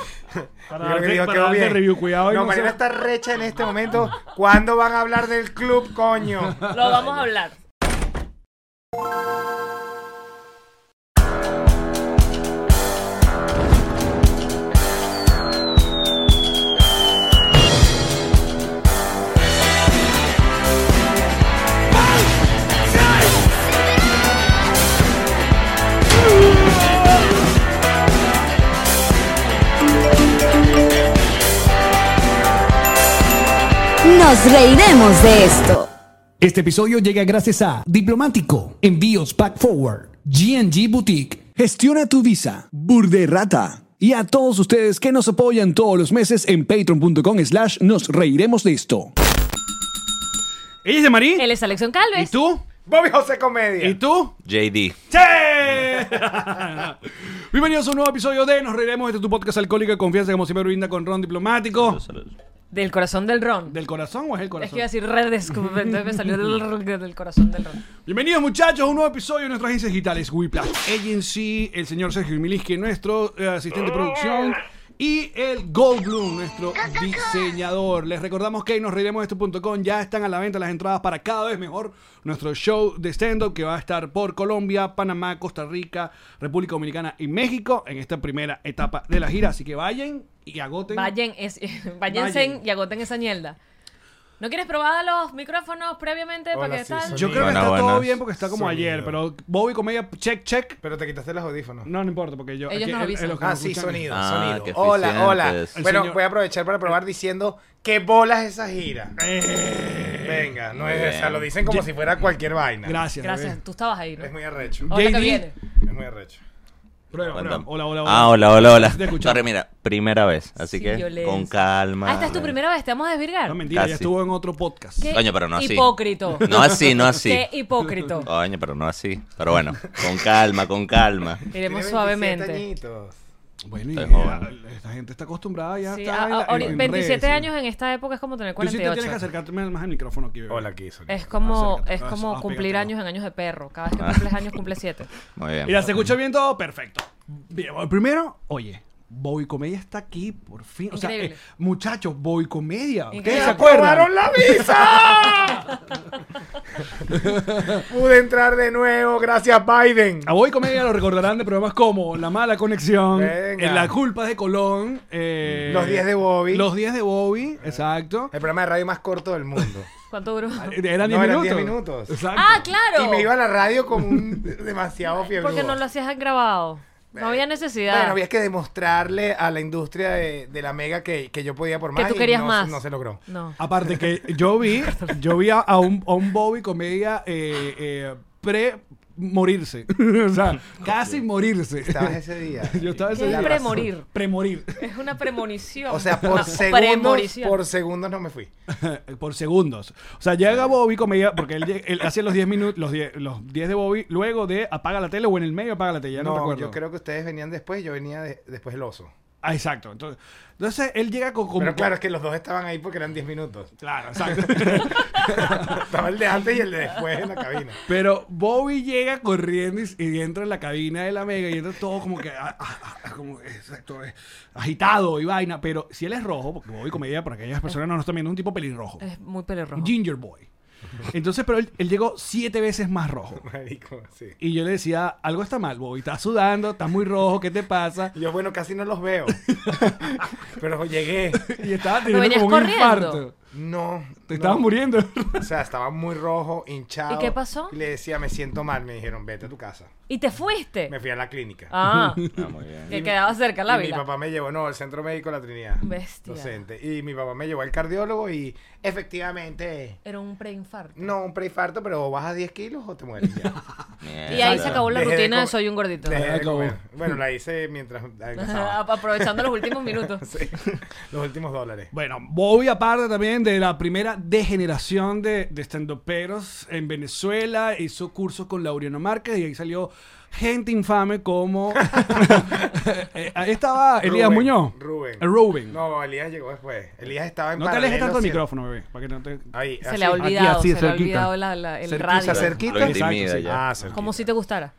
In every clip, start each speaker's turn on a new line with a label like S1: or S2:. S1: Yo creo
S2: Para
S1: que
S2: darte,
S1: digo,
S2: para
S1: quedó
S2: darte
S1: bien.
S2: review, cuidado. y
S1: No,
S2: no
S1: Mariana
S2: se-
S1: está recha en este momento. ¿Cuándo van a hablar del club, coño?
S3: Lo vamos a hablar.
S4: Nos reiremos de esto.
S5: Este episodio llega gracias a Diplomático, Envíos Pack Forward, GNG Boutique, Gestiona tu Visa, Burderrata y a todos ustedes que nos apoyan todos los meses en patreon.com slash nos reiremos de esto.
S2: Ella es de Marí.
S3: Él es Alexion Calves.
S2: ¿Y tú?
S1: Bobby José Comedia.
S2: ¿Y tú?
S6: JD.
S2: ¡Che! Bienvenidos a un nuevo episodio de Nos Reiremos. Este es tu podcast alcohólico de confianza, como siempre brinda con Ron Diplomático.
S3: Del corazón del ron.
S2: ¿Del corazón o es el
S3: Es que
S2: corazón?
S3: iba a decir redes, como- entonces me salió del, del corazón del ron.
S2: Bienvenidos muchachos a un nuevo episodio de nuestras agencias digitales Whiplash Agency, el señor Sergio Miliski, nuestro eh, asistente de producción y el Goldblum, nuestro diseñador. Les recordamos que nos reiremos de esto.com, ya están a la venta las entradas para cada vez mejor nuestro show de stand-up que va a estar por Colombia, Panamá, Costa Rica, República Dominicana y México en esta primera etapa de la gira. Así que vayan y agoten.
S3: Vayan, es, váyanse
S2: Vayan.
S3: y agoten esa mierda. ¿No quieres probar los micrófonos previamente para
S1: Hola,
S3: que
S1: sí,
S3: tal?
S1: soy-
S2: Yo creo que
S6: Buenas,
S2: está todo
S6: buenas.
S2: bien porque está como ayer, pero Bobby Comedia, check, check.
S1: Pero te quitaste los audífonos.
S2: No, no importa, porque yo.
S3: Ellos nos avisan.
S2: los que
S1: Ah,
S2: nos
S1: sí,
S2: escuchan-
S1: sonido,
S6: Ah, qué
S1: sonido. Hola, hola.
S6: eficientes.
S2: El
S1: Bueno,
S2: señor-
S1: voy a aprovechar para probar diciendo qué bolas esa gira. Venga, no es, o sea,
S6: bien.
S1: lo dicen como si fuera cualquier vaina.
S2: Gracias.
S3: Gracias,
S2: bebé.
S3: tú estabas ahí, ¿no?
S1: Es muy arrecho.
S3: Ahora que
S2: JD.
S3: viene.
S1: Es muy arrecho.
S2: Prueba, prueba.
S6: Cuéntame.
S2: Hola, hola,
S6: Ah,
S2: hola.
S6: hola, hola, hola.
S2: Te escucho.
S6: Sorry, mira, primera vez. Así
S3: Sí,
S6: que
S3: violencia.
S6: con calma.
S3: Ah, esta es tu primera vez, te vamos a desvirgar.
S2: No, mentira, ya
S6: Casi.
S2: estuvo en otro podcast.
S3: Qué
S6: Coño, pero no así.
S3: Hipócrito.
S6: No así, no así.
S3: Qué hipócrito.
S6: Coño, pero no así. Pero bueno, con calma, con calma.
S3: Iremos
S1: Tiene 27
S3: suavemente.
S1: añitos.
S2: Bueno, y
S6: Estoy
S2: ya,
S6: joven.
S2: esta gente está acostumbrada ya.
S3: Sí, ah,
S2: está
S3: a-
S2: en la-
S3: ahora-
S2: en- en
S3: 27
S2: redes,
S3: años en esta época es como tener
S2: Tú sí te tienes que
S3: 48.
S2: acercarte más al micrófono aquí, bebé.
S1: Hola, aquí, sonido.
S3: Es como,
S2: Acércate,
S3: es
S2: vas-
S3: como
S2: vas,
S3: cumplir
S2: pégatelo.
S3: años en años de perro. Cada vez que
S2: Ah.
S3: cumples años, cumple 7.
S6: Muy bien.
S2: Mira, se escucha bien todo, perfecto. Bien, bueno, primero, oye. Bobby Comedia está aquí, por fin. O sea,
S3: Increíble.
S2: eh, muchachos, Bobby Comedia. ¿Ustedes
S3: Increíble.
S2: se
S1: ¡Me
S2: acuerdan?
S1: aprobaron la visa! Pude entrar de nuevo, gracias Biden.
S2: A Bobby Comedia lo recordarán de programas como La Mala Conexión,
S1: Venga.
S2: eh, La Culpa de Colón, eh,
S1: Los 10 de Bobby.
S2: Los 10 de Bobby, exacto.
S1: El programa de radio más corto del mundo.
S3: ¿Cuánto duró?
S2: Eran 10
S1: No, eran
S2: minutos.
S1: 10 minutos.
S2: Exacto.
S3: ¡Ah, claro!
S1: Y me iba a la radio como un demasiado fiebre.
S3: Porque no lo hacías grabado. No había necesidad.
S1: Bueno, había que demostrarle a la industria de, de la mega que, que yo podía por
S3: Que
S1: más.
S3: tú
S1: y
S3: querías
S1: no,
S3: más.
S1: No se logró.
S3: No.
S2: Aparte que yo vi, yo vi a, a un, a un Bobby comedia eh, pre morirse. o sea, casi morirse.
S1: Estabas ese día.
S2: yo estaba ese
S3: ¿Qué es
S2: día.
S3: premorir?
S2: Premorir.
S3: Es una premonición.
S1: pues, O sea, por
S3: Una
S1: segundos,
S3: premonición.
S1: por segundos no me fui.
S2: por segundos. O sea, llega Bobby comedia porque él, lleg- él hacía los 10 minutos, los 10 los 10 de Bobby luego de apaga la tele o en el medio apaga la tele, ya no,
S1: no,
S2: recuerdo.
S1: yo creo que ustedes venían después, yo venía de- después el oso.
S2: Ah, exacto. Entonces, entonces él llega con, con-
S1: Pero claro, es que los dos estaban ahí porque eran 10 minutos.
S2: claro, exacto.
S1: Estaba el de antes y el de después en la cabina.
S2: Pero Bobby llega corriendo y, y entra en la cabina de la Mega y entra todo como que, ah, ah, ah, como, exacto, eh, agitado y vaina. Pero si él es rojo, porque Bobby comedia para aquellas personas no nos están viendo, es un tipo pelirrojo.
S3: Es muy pelirrojo.
S2: Un Ginger Boy. Entonces, pero él, él llegó siete veces más rojo.
S1: Marico, sí.
S2: Y yo le decía, algo está mal, Bobby, estás sudando, estás muy rojo, ¿qué te pasa?
S1: Y Yo, bueno, casi no los veo. Pero llegué.
S2: Y estaba teniendo
S3: venías
S2: como un
S3: corriendo?
S2: infarto.
S1: No.
S2: Te
S1: no.
S2: estabas muriendo.
S1: O sea, estaba muy rojo, hinchado.
S3: ¿Y qué pasó?
S1: Y le decía, me siento mal. Me dijeron, vete a tu casa.
S3: ¿Y te fuiste?
S1: Me fui a la clínica.
S3: Ah,
S6: Ah, muy bien.
S3: que quedaba cerca la
S1: y mi
S3: vila.
S1: papá me llevó, no, al centro médico de la Trinidad.
S3: Bestia.
S1: Docente. Y mi papá me llevó al cardiólogo y efectivamente,
S3: Era un preinfarto.
S1: no un preinfarto, pero o bajas 10 kilos o te mueres ya.
S6: Mierda.
S3: Y y ahí se acabó la
S1: Dejé de
S3: rutina de,
S1: comer.
S3: soy un gordito.
S1: Dejé de
S2: Acabó.
S1: comer. Bueno, la hice mientras
S3: Ah,
S1: alcanzaba.
S3: Aprovechando los últimos minutos.
S1: Sí, los últimos dólares.
S2: Bueno, Bobby aparte también de la primera degeneración de, de stand-uperos en Venezuela, hizo cursos con Laureano Márquez y ahí salió gente infame como... Eh, ahí estaba Elías
S1: Rubén,
S2: Muñoz.
S1: Rubén.
S2: Eh, Rubén. No,
S1: No, Elías llegó después. Elías estaba en
S2: te
S1: paralelo,
S2: alejes tanto del
S1: sí.
S2: micrófono, bebé. Para que no te...
S1: Ahí,
S3: Se
S1: así.
S3: le ha
S2: Aquí,
S3: olvidado,
S2: así,
S3: se le ha
S2: cerquita.
S3: olvidado la- la- el
S2: Cerquita,
S3: radio.
S1: cerquita.
S6: Lo intimida
S2: Exacto, sí.
S6: ya.
S1: Ah, cerquita.
S3: Como si te gustara.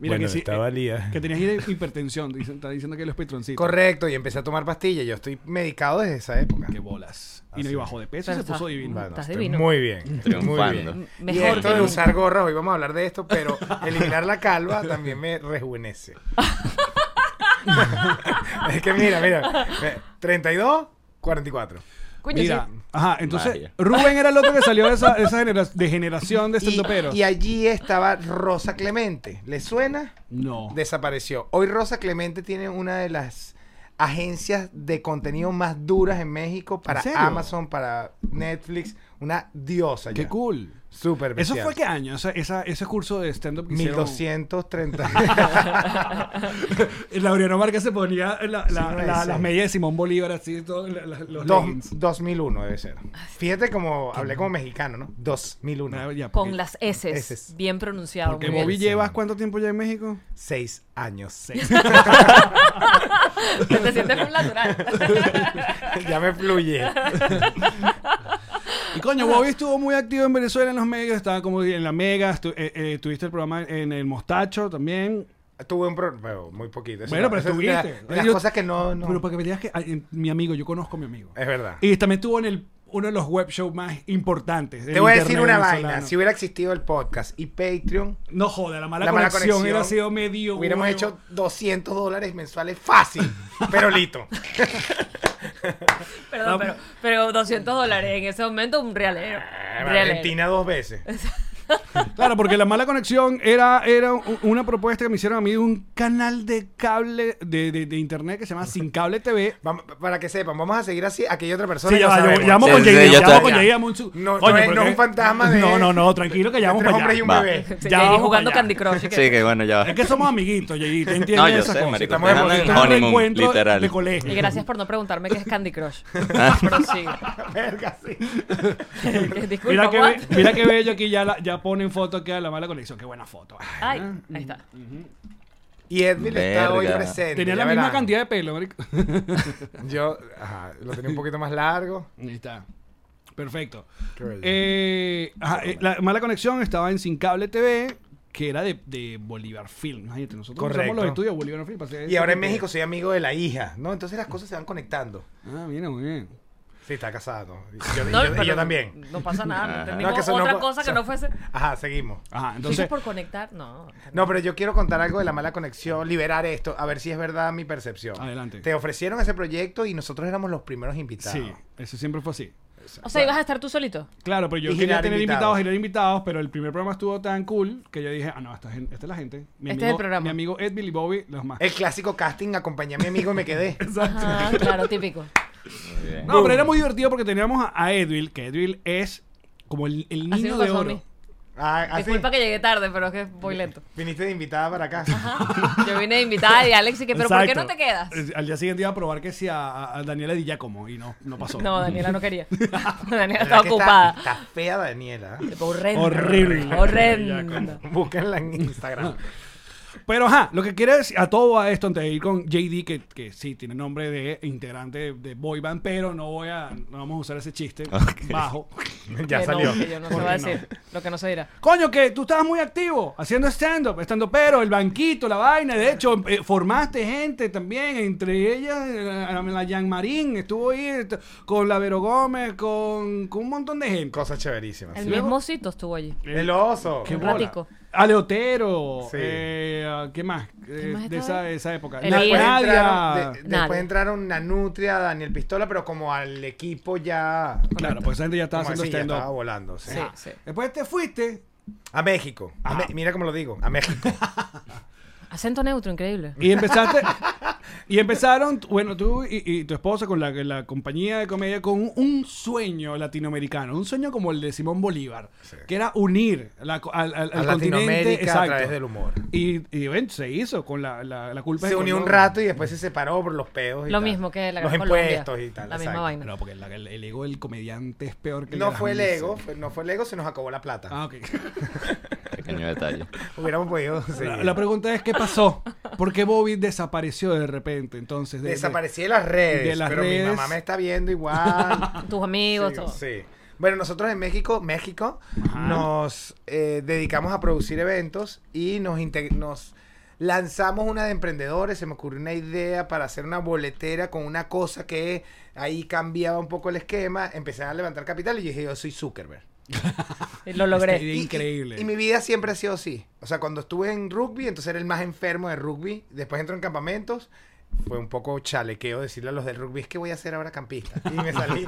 S2: Mira
S1: Bueno,
S2: que sí,
S1: estaba
S2: eh,
S1: Elías.
S2: Que tenías hi- hipertensión. Dicen, está diciendo que los patroncitos.
S1: Correcto, y empecé a tomar pastillas. Yo estoy medicado desde esa época.
S2: Qué bolas. Y no
S1: Así
S2: iba bajo de peso,
S3: Pero
S2: se
S3: está-
S2: puso divino.
S1: Bueno,
S3: Estás
S1: estoy
S3: divino.
S1: Muy bien. estoy Muy
S6: Triunfando.
S1: bien. y
S3: Mejor
S1: esto
S3: que
S1: de
S3: nunca.
S1: usar gorras, hoy vamos a hablar de esto, pero eliminar la calva también me rejuvenece. es que mira, mira. eh, 32, 44.
S3: Coño,
S2: Mira,
S3: sí.
S2: ajá, entonces
S6: Vaya.
S2: Rubén era el otro que salió de esa, de esa genera- de generación de
S1: Y,
S2: estandoperos.
S1: y allí estaba Rosa Clemente. ¿Le suena?
S2: No.
S1: Desapareció. Hoy Rosa Clemente tiene una de las agencias de contenido más duras en México para
S2: serio?
S1: Amazon, para Netflix. Una diosa.
S2: Qué
S1: ya.
S2: cool.
S1: Súper
S2: ¿Eso
S1: bestial.
S2: fue qué año? Esa- esa- ese curso de stand-up que hicieron.
S1: 1230.
S2: El Laureano Márquez se ponía la- la-
S1: Sí, puede
S2: la-
S1: ser.
S2: las medias de Simón Bolívar así, todo, la- la- los
S1: Dos-
S2: leggings.
S1: 2001 debe ser. Fíjate como hablé como mexicano, ¿no? 2001.
S2: Ah, ya, porque-
S3: Con las S.
S1: Eses.
S3: Bien pronunciado.
S2: porque
S3: muy bien.
S2: Bobby llevas cuánto tiempo ya en México?
S1: Seis años.
S3: Te sientes un natural.
S1: ya me fluye.
S2: Y coño, Bobby estuvo muy activo en Venezuela en los medios, estaba como en la Mega, estu- eh, eh, tuviste el programa en el Mostacho también.
S1: Tuve un problema, muy poquito. Eso
S2: Bueno,
S1: no-
S2: pero
S1: eso es de la-
S2: estuviste.
S1: de las
S2: Yo-
S1: cosas que no. Eh. no-
S2: Pero para que veas que ay, eh, mi amigo, yo conozco a mi amigo.
S1: Es verdad.
S2: Y también estuvo en el, uno de los web shows más importantes. del
S1: Te voy a
S2: internet
S1: decir una
S2: venezolano.
S1: vaina. Si hubiera existido el podcast y Patreon,
S2: No joda, la mala,
S1: la mala
S2: conexión,
S1: conexión,
S2: hubiera sido medio.
S1: hubiéramos
S2: huevo.
S1: hecho 200 dólares mensuales fácil, pero listo. Eh,
S3: Perdón, pero, pero 200 dólares en ese momento, un realero.
S1: Eh,
S3: realero.
S1: Argentina dos veces.
S2: Claro, porque la mala conexión era, era u- una propuesta que me hicieron a mí de un canal de cable de, de- de internet que se llama Sin Cable TV.
S1: Vamos- para que sepan, vamos a seguir así. Aquí hay otra persona.
S2: Sí,
S1: y
S2: ya
S1: lo
S2: va, yo-
S1: sabemos.
S2: llamo
S6: Sí,
S2: con
S6: sí,
S2: Jay,
S6: yo
S2: llamo
S6: estaba-
S2: con Jay, llamo un su-
S1: No, no
S2: Coño,
S1: es-
S2: porque-
S1: no es un fantasma de-
S2: No, no, no, tranquilo que
S1: Tres
S2: llamamos para
S1: hombres y
S2: allá.
S1: un
S6: Va.
S1: bebé.
S3: Sí,
S2: Ya
S3: Jay
S2: vamos
S3: jugando
S2: para allá.
S3: Candy Crush. y que-
S6: Sí, que bueno, ya va.
S2: Es que somos amiguitos, Jay, te entiendes
S6: No, yo
S2: esas
S6: sé,
S2: cosas.
S6: marico.
S1: Estamos
S6: ustedes andan
S1: emocionados.
S2: Un
S6: en honeymoon,
S2: reencuentro de
S6: literal.
S2: colegio.
S3: Y gracias por no preguntarme qué es Candy Crush. Prosigue.
S1: Verga, sí.
S3: Disculpa,
S2: Mira que,
S3: what?
S2: be- mira que bello aquí, ya, la- ya ponen foto aquí de la mala conexión. Qué buena foto. Ay,
S3: Ay, ahí está.
S1: Y Edwin está hoy
S6: Verga.
S1: presente.
S2: Tenía
S1: ya
S2: la misma
S1: verán.
S2: cantidad de pelo, marico.
S1: Yo, ajá, lo tenía un poquito más largo.
S2: Ahí está. Perfecto.
S1: Qué bello.
S2: Eh, ajá, eh, la mala conexión estaba en Sin Cable TV, que era de, de Bolívar Film. Imagínate, nosotros usamos
S1: Correcto.
S2: los estudios de Bolívar Film. para hacer
S1: Y ahora en
S2: ese tipo
S1: México soy amigo de la hija, ¿no? Entonces las cosas se van conectando.
S2: de- Ah, mira, muy bien.
S1: Sí, está casado. Y yo, y
S3: No,
S1: yo- y
S3: pero
S1: yo también.
S3: No pasa nada. No
S6: Ah.
S3: entendimos
S1: No, que eso no
S3: otra
S1: fue-
S3: cosa que
S1: o sea,
S3: no fuese.
S1: Ajá, seguimos.
S2: Ajá,
S3: Entonces,
S2: entonces.
S3: por conectar? No.
S1: No, pero yo quiero contar algo de la mala conexión, liberar esto, a ver si es verdad mi percepción.
S2: Adelante.
S1: Te ofrecieron ese proyecto y nosotros éramos los primeros invitados.
S2: Sí, eso siempre fue así.
S3: O sea, ibas a estar tú solito.
S2: Claro, pero yo
S1: Y
S2: quería
S1: generar
S2: tener invitados,
S1: invitados.
S2: generar invitados, pero el primer programa estuvo tan cool que yo dije, ah, no, esta, es- esta es la gente. Mi amigo,
S3: Este es el programa.
S2: Mi amigo Ed Billy Bobby, los más.
S1: El clásico casting, acompañé a mi amigo y me quedé.
S3: Ah, claro, típico.
S2: No, pero era muy divertido porque teníamos a, a Edwin, que Edwin es como el, el
S3: Así me
S2: niño de
S3: pasó a
S2: oro.
S3: mí.
S1: Ah, así.
S3: Disculpa que llegué tarde, pero es que voy lento. Ah,
S1: Viniste de invitada para acá.
S3: Yo vine de invitada y Alex y que, pero ¿por qué
S2: Exacto.
S3: no te quedas?
S2: Eh, Al día siguiente iba a probar que si a, a Daniela Di Giacomo y no, no pasó.
S3: No, Daniela no quería. Daniela
S1: ¿Verdad
S3: estaba
S1: que está,
S3: ocupada.
S1: está fea Daniela. ¿eh?
S3: Horrenda.
S2: Horrible.
S3: Horrenda.
S1: Búsquenla en Instagram.
S2: Pero ajá, lo que quiero decir a todo a esto antes de ir con JD, que, que sí, tiene nombre de integrante de, de boy band, pero no voy a, no vamos a usar ese chiste
S6: Ok.
S2: bajo.
S1: ya
S3: Que
S1: salió.
S3: No, que yo no se
S2: ¿Por
S3: va a
S2: qué no?
S3: decir lo que no se dirá.
S2: Coño, que tú estabas muy activo haciendo stand-up, stand pero el banquito, la vaina. De hecho, eh, formaste gente también, entre ellas eh, la, la Jean Marín, estuvo ahí est- con la Vero Gómez, con, con un montón de gente.
S1: Cosas chéverísimas.
S3: El
S1: Sí.
S3: mismo Cito estuvo allí.
S1: El oso.
S2: Qué
S3: Un
S2: bola.
S3: ratico.
S2: Aleotero,
S1: Sí.
S2: eh, ¿qué más? Eh,
S3: más
S2: de, esa,
S3: estaba ahí?
S2: de esa época.
S3: El
S2: Na-
S3: Elías.
S2: Nadia.
S1: entraron, de-
S3: Nadia.
S1: después entraron Nanutria, Daniel Pistola, pero como al equipo ya.
S2: Claro, pues esa gente ya estaba
S1: como
S2: haciendo
S1: así, ya
S2: stand-up.
S1: estaba volando. sí.
S3: Sí, sí.
S2: Después te fuiste.
S1: A México. A Me- mira cómo lo digo. A México.
S3: Acento neutro, increíble.
S2: Y empezaste, Y empezaron, bueno, tú y, y tu esposa con la, la compañía de comedia con un sueño latinoamericano, un sueño como el de Simón Bolívar, que era unir la co- al, al- al
S1: A
S2: continente
S1: Latinoamérica
S2: exacto. Pues
S1: a través del humor.
S2: Y, y bueno, se hizo con la, la, la culpa
S1: Se
S2: de
S1: unió un
S2: Colombia.
S1: rato y después se separó por los peos. y
S3: Lo
S1: tal.
S3: mismo que la
S1: Los
S3: Gran Colombia.
S1: impuestos y tal.
S3: La misma
S1: exacto.
S3: vaina.
S2: No, porque la- el, el ego del comediante es peor que el de
S1: No
S2: las
S1: fue el
S2: misas.
S1: ego, fue- no fue el ego, se nos acabó la plata.
S2: Ah, ok.
S6: Pequeño detalle.
S1: Hubiéramos podido
S2: La,
S1: seguir.
S2: la pregunta es, ¿qué pasó? ¿Por qué Bobby desapareció de repente? Entonces, de- de-
S1: Desaparecí de las redes,
S2: de las
S1: pero mi
S2: redes.
S1: mamá me está viendo igual.
S3: Tus amigos,
S1: Sí,
S3: todo.
S1: sí. Bueno, nosotros en México, México, nos eh, dedicamos a producir eventos y nos, inte- nos lanzamos una de emprendedores. Se me ocurrió una idea para hacer una boletera con una cosa que ahí cambiaba un poco el esquema. Empecé a levantar capital y dije, yo soy Zuckerberg.
S3: Y Lo
S2: Esta
S3: logré.
S2: idea
S1: Y- y-
S2: increíble.
S1: Y, mi vida siempre ha sido así. O sea, cuando estuve en rugby, entonces era el más enfermo de rugby. Después entro en campamentos. Fue un poco chalequeo decirle a los del rugby, es que voy a ser ahora campista. Y me salí,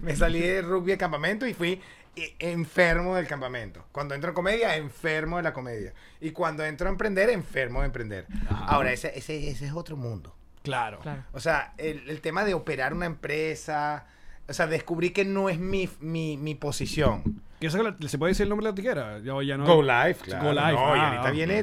S1: me salí de rugby de campamento y fui eh, enfermo del campamento. Cuando entro en comedia, enfermo de la comedia. Y cuando entro a emprender, enfermo de emprender. Ahora, ese, ese, ese es otro mundo.
S2: Claro.
S3: Claro.
S1: O sea, el, el tema de operar una empresa, o sea, descubrí que no es mi, mi, mi posición.
S2: ¿Y eso que la- se puede decir el nombre de la tiquera? Ya, ya no.
S1: Go Live, claro.
S2: Go Live.
S1: No, y
S2: ah,
S1: ahorita
S2: ok.
S1: viene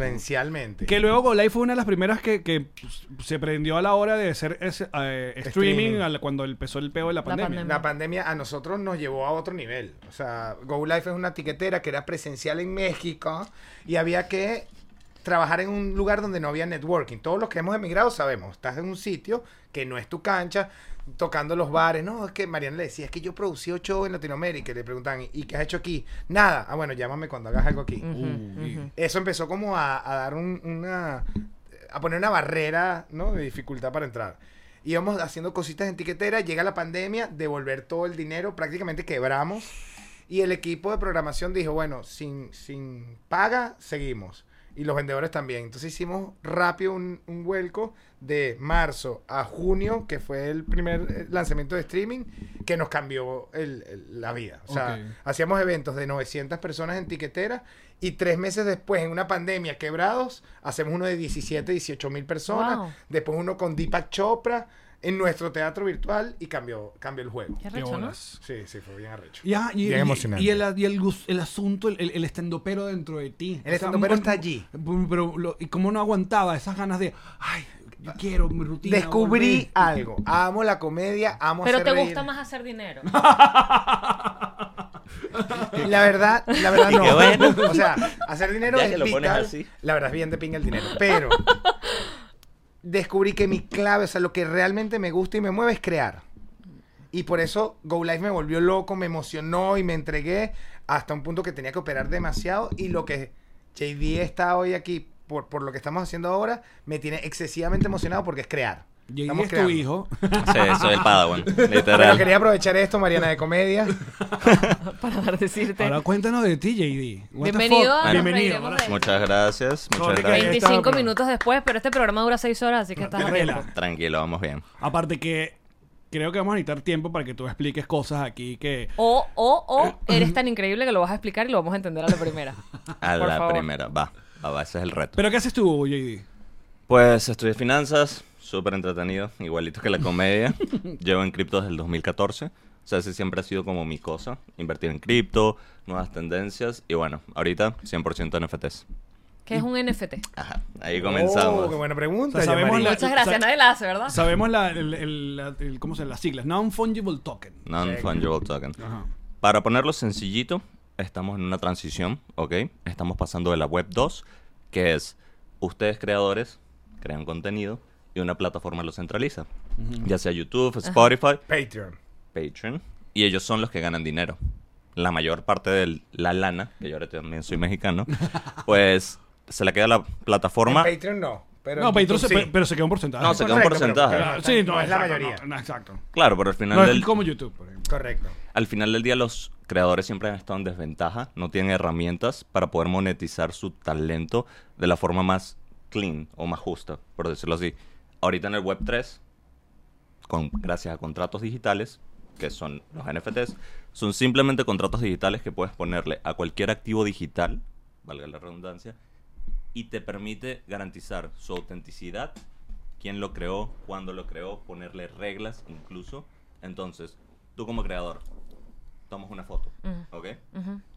S1: demencialmente.
S2: Que luego Go Live fue una de las primeras que, que pues, se prendió a la hora de hacer ese, eh, streaming,
S1: Streaming.
S2: al- cuando empezó el peo de la pandemia.
S3: pandemia.
S1: La pandemia a nosotros nos llevó a otro nivel. O sea, Go Live es una tiquetera que era presencial en México y había que trabajar en un lugar donde no había networking. Todos los que hemos emigrado sabemos, estás en un sitio que no es tu cancha, tocando los bares. No, es que Mariana le decía, es que yo producí ocho shows en Latinoamérica y le preguntan, ¿y qué has hecho aquí? Nada. Ah, bueno, llámame cuando hagas algo aquí.
S2: Uy.
S1: eso empezó como a, a dar un- una a poner una barrera ¿no? de dificultad para entrar íbamos haciendo cositas en tiquetera llega la pandemia devolver todo el dinero prácticamente quebramos y el equipo de programación dijo bueno sin sin paga seguimos y los vendedores también entonces hicimos rápido un, un vuelco de marzo a junio que fue el primer eh, lanzamiento de streaming que nos cambió el- el- la vida o sea
S2: Ok.
S1: Hacíamos eventos de 900 personas en tiquetera y tres meses después, en una pandemia quebrados, hacemos uno de 17, 18 mil personas.
S3: Wow.
S1: Después uno con Deepak Chopra en nuestro teatro virtual y cambió, cambió el juego.
S3: Qué
S2: Qué
S3: recho, ¿no?
S2: bolas.
S1: Sí, sí, fue bien arrecho.
S2: Y, ajá, y-
S1: Bien
S2: y-
S1: emocionante.
S2: y el, y el gus- el asunto, el, el, el estendopero dentro de ti.
S1: El estendopero
S2: un-
S1: está allí.
S2: Pero, lo- y como no aguantaba esas ganas de, ay, yo quiero mi rutina.
S1: Descubrí
S2: volver".
S1: algo. Amo la comedia, amo
S3: Pero
S1: hacer
S3: te
S1: reír.
S3: gusta más hacer dinero.
S1: La verdad, la verdad
S6: Y
S1: no.
S6: qué bueno.
S1: O sea, hacer dinero
S6: Ya
S1: es
S6: que lo pones
S1: vital.
S6: así.
S1: La verdad es bien de pinga el dinero, pero descubrí que mi clave, o sea, lo que realmente me gusta y me mueve es crear. Y por eso Go Live me volvió loco, me emocionó y me entregué hasta un punto que tenía que operar demasiado. Y lo que JD está hoy aquí, por, por lo que estamos haciendo ahora, me tiene excesivamente emocionado porque es crear.
S2: Y ahí
S1: Estamos
S2: es tu
S1: creando.
S2: hijo.
S6: Sí, soy el Padawan,
S1: Pero
S6: literal.
S1: quería aprovechar esto, Mariana, de comedia.
S3: Para decirte.
S2: Ahora cuéntanos de ti, JD. What the
S3: Bienvenido
S2: fuck?
S3: a
S6: Bueno,
S2: Bienvenido.
S3: Nos
S2: ahora
S3: Reiremos de-
S6: Muchas gracias,
S2: No,
S6: muchas gracias.
S2: te crees. estaba,
S3: 25
S2: pero-
S3: minutos después, pero este programa dura 6 horas, así que estás a
S2: Tranquila.
S3: tiempo.
S6: Tranquilo, vamos bien.
S2: Aparte que creo que vamos a necesitar tiempo para que tú expliques cosas aquí que...
S3: O, o, o, eres tan increíble que lo vas a explicar y lo vamos a entender a la primera.
S6: A
S3: Por
S6: la
S3: favor.
S6: primera, va, va, va, ese es el reto.
S2: ¿Pero qué haces tú, JD?
S6: Pues estudié finanzas, súper entretenido, igualito que la comedia. Llevo en cripto desde el 2014. O sea, ese siempre ha sido como mi cosa, invertir en cripto, nuevas tendencias y bueno, ahorita 100% NFTs.
S3: ¿Qué es un NFT?
S6: Ajá, ahí comenzamos.
S1: Oh, qué buena pregunta.
S2: O sea, sabemos
S1: Yamari.
S2: la-
S3: Muchas gracias,
S2: sa-
S3: nadie la hace, ¿verdad?
S2: Sabemos la, el, el- la- el- ¿cómo se llama? las siglas, Non-Fungible Token.
S6: Non-fungible token.
S2: Ajá.
S6: Para ponerlo sencillito, estamos en una transición, ¿ok? Estamos pasando de la web 2, que es ustedes creadores crean contenido y una plataforma lo centraliza, ya sea YouTube, Spotify,
S1: Patreon.
S6: Patreon, y ellos son los que ganan dinero. La mayor parte de la lana, que yo ahora también soy mexicano, pues se la queda a la
S1: En
S6: plataforma.
S1: Patreon no. Pero
S2: no,
S1: en
S2: pero,
S1: YouTube
S2: entonces-
S1: sí.
S2: pero, pero se queda un porcentaje.
S6: No, se queda un
S1: Correcto,
S6: porcentaje.
S1: pero- pero-
S2: sí, Ah, no,
S1: es la
S2: exacto,
S1: mayoría.
S2: no, no, exacto.
S6: Claro, pero al final
S2: No
S6: del...
S2: es como YouTube, por ejemplo.
S1: Correcto.
S6: Al final del día los creadores siempre han estado en desventaja, no tienen herramientas para poder monetizar su talento de la forma más clean o más justa, por decirlo así. Ahorita en el Web3, con, gracias a contratos digitales, que son los NFTs, son simplemente contratos digitales que puedes ponerle a cualquier activo digital, valga la redundancia, y te permite garantizar su autenticidad quién lo creó, cuándo lo creó, ponerle reglas incluso. Entonces, tú como creador, tomas una foto, ¿ok?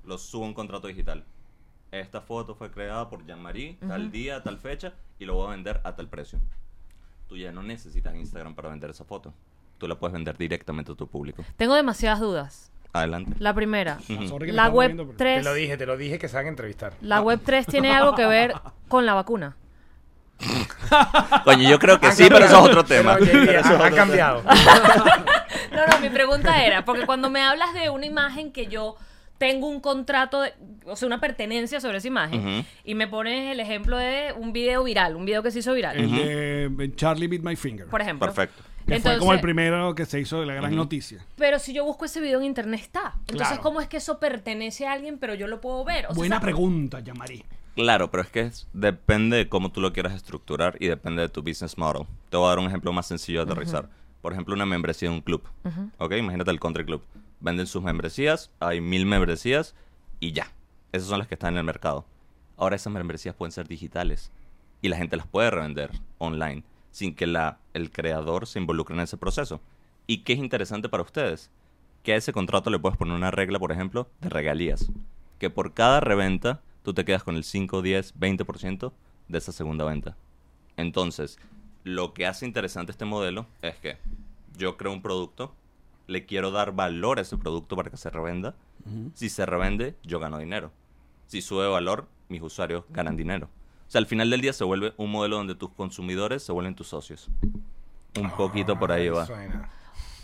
S6: Lo subo a un contrato digital. Esta foto fue creada por Jean-Marie tal día, tal fecha, y lo voy a vender a tal precio. Tú ya no necesitas Instagram para vender esa foto. Tú la puedes vender directamente a tu público.
S3: Tengo demasiadas dudas.
S6: Adelante.
S3: La primera,
S2: sorry que le
S3: la
S2: estamos
S3: web
S2: viendo, pero-
S1: Te lo
S3: 3.
S1: dije, te lo dije que se van a entrevistar.
S3: La web 3 tiene algo que ver con la vacuna.
S6: Coño, yo creo que
S1: Ha
S6: sí, pero eso es
S1: cambiado.
S6: otro tema.
S1: Pero hoy en día
S6: Pero eso es
S1: ha, ha
S6: otro
S1: cambiado.
S3: No, no, mi pregunta era, porque cuando me hablas de una imagen que yo tengo un contrato, de- o sea, una pertenencia sobre esa imagen,
S6: Ujú.
S3: y me pones el ejemplo de un video viral, un video que se hizo viral,
S2: El de eh, Charlie Beat My Finger.
S3: por ejemplo.
S6: Perfecto.
S2: que fue como el
S3: Entonces,
S2: primero que se hizo de la gran noticia.
S3: Pero si yo busco ese video en internet está. Entonces,
S2: Claro.
S3: ¿cómo es que eso pertenece a alguien, pero yo lo puedo ver? O sea,
S2: Buena
S3: esa-
S2: pregunta, Yamari.
S6: Claro, pero es que es- depende de cómo tú lo quieras estructurar y depende de tu business model. Te voy a dar un ejemplo más sencillo de aterrizar. Por ejemplo, una membresía de un club. ¿Ok? Imagínate el country club. Venden sus membresías, hay mil membresías y ya. Esas son las que están en el mercado. Ahora esas membresías pueden ser digitales y la gente las puede revender online sin que la, el creador se involucre en ese proceso. ¿Y qué es interesante para ustedes? que a ese contrato le puedes poner una regla, por ejemplo, de regalías. Que por cada reventa tú te quedas con el 5, 10, 20% de esa segunda venta. Entonces, lo que hace interesante este modelo es que yo creo un producto, le quiero dar valor a ese producto para que se revenda. Si se revende, yo gano dinero. Si sube valor, mis usuarios ganan dinero. O sea, al final del día se vuelve un modelo donde tus consumidores se vuelven tus socios. Un poquito por
S1: Ah,
S6: ahí va.
S1: Suena.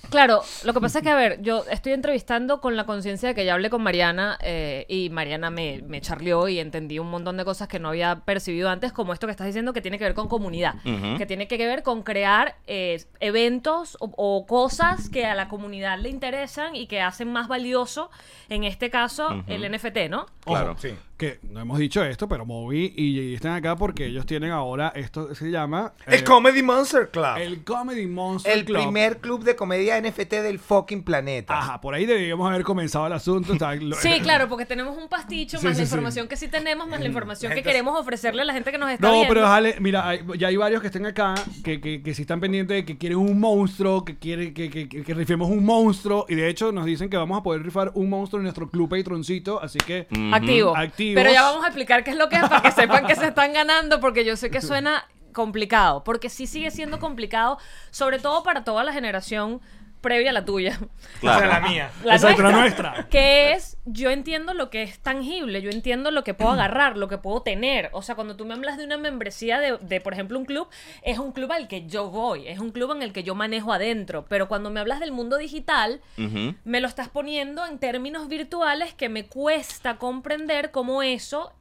S3: Claro, lo que pasa es que, a ver, yo estoy entrevistando con la conciencia de que ya hablé con Mariana eh, y Mariana me, me charleó y entendí un montón de cosas que no había percibido antes, como esto que estás diciendo que tiene que ver con comunidad,
S6: Ujú.
S3: que tiene que ver con crear eh, eventos o, o cosas que a la comunidad le interesan y que hacen más valioso, en este caso, el NFT, ¿no?
S6: Claro.
S1: Sí.
S2: Que no hemos dicho esto, pero Moby y JJ están acá porque ellos tienen ahora, esto se llama...
S1: El
S2: eh,
S1: Comedy Monster Club. El,
S2: el Comedy Monster Club.
S1: primer club de comedia NFT del fucking planeta.
S2: Ajá, por ahí debíamos haber comenzado el asunto. o sea, lo-
S3: Sí, claro, porque tenemos un pasticho,
S2: Sí,
S3: más
S2: sí,
S3: la
S2: sí.
S3: información que sí tenemos, más la información que
S1: Entonces-
S3: queremos ofrecerle a la gente que nos está
S2: No,
S3: viendo.
S2: pero dale, mira, hay- ya hay varios que están acá que, que, que sí están pendientes de que quieren un monstruo, que quieren que, que, que- que rifemos un monstruo. Y de hecho nos dicen que vamos a poder rifar un monstruo en nuestro club Patroncito, así que...
S3: Activo.
S2: Activos.
S3: Pero ya vamos a explicar qué es lo que es para que sepan que se están ganando, porque yo sé que suena complicado, porque sí sigue siendo complicado, sobre todo para toda la generación previa a la tuya.
S6: Claro.
S1: mía.
S3: La
S2: Exacto, la nuestra.
S3: Que es, yo entiendo lo que es tangible, yo entiendo lo que puedo agarrar, lo que puedo tener. O sea, cuando tú me hablas de una membresía de, de, por ejemplo, un club, es un club al que yo voy, es un club en el que yo manejo adentro. Pero cuando me hablas del mundo digital,
S6: Ujú.
S3: me lo estás poniendo en términos virtuales que me cuesta comprender cómo eso.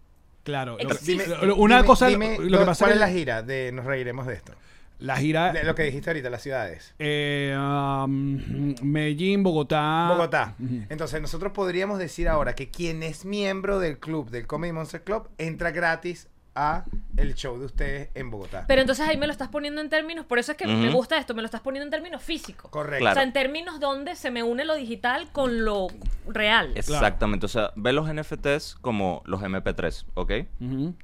S2: Claro. lo-
S3: Existe.
S2: lo- lo- una cosa,
S1: dime
S2: lo que pasa
S1: ¿Cuál
S2: que
S1: es la gira? De, nos reiremos de esto.
S2: la gira...
S1: De lo que dijiste ahorita, las ciudades.
S2: eh, um, Medellín, Bogotá...
S1: Bogotá. Entonces, nosotros podríamos decir ahora que quien es miembro del club, del Comedy Monster Club, entra gratis a el show de ustedes en Bogotá.
S3: Pero entonces ahí me lo estás poniendo en términos, por eso es que me gusta esto, me lo estás poniendo en términos físicos.
S1: Correcto.
S3: O sea,
S6: Claro.
S3: en términos donde se me une lo digital con lo real.
S6: Exactamente, o sea, ve los NFTs como los MP3, ¿ok?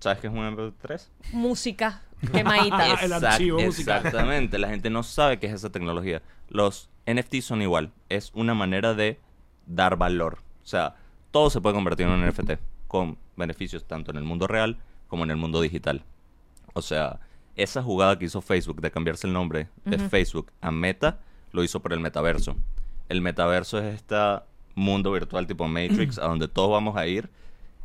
S6: ¿Sabes qué es un MP3?
S3: Música, quemadita.
S2: Ah, el archivo musical.
S6: Exactamente, la gente no sabe qué es esa tecnología. Los NFTs son igual, es una manera de dar valor. O sea, todo se puede convertir en un NFT, con beneficios tanto en el mundo real como en el mundo digital. O sea, esa jugada que hizo Facebook de cambiarse el nombre de Facebook a Meta, lo hizo por el metaverso. El metaverso es este mundo virtual tipo Matrix, a donde todos vamos a ir.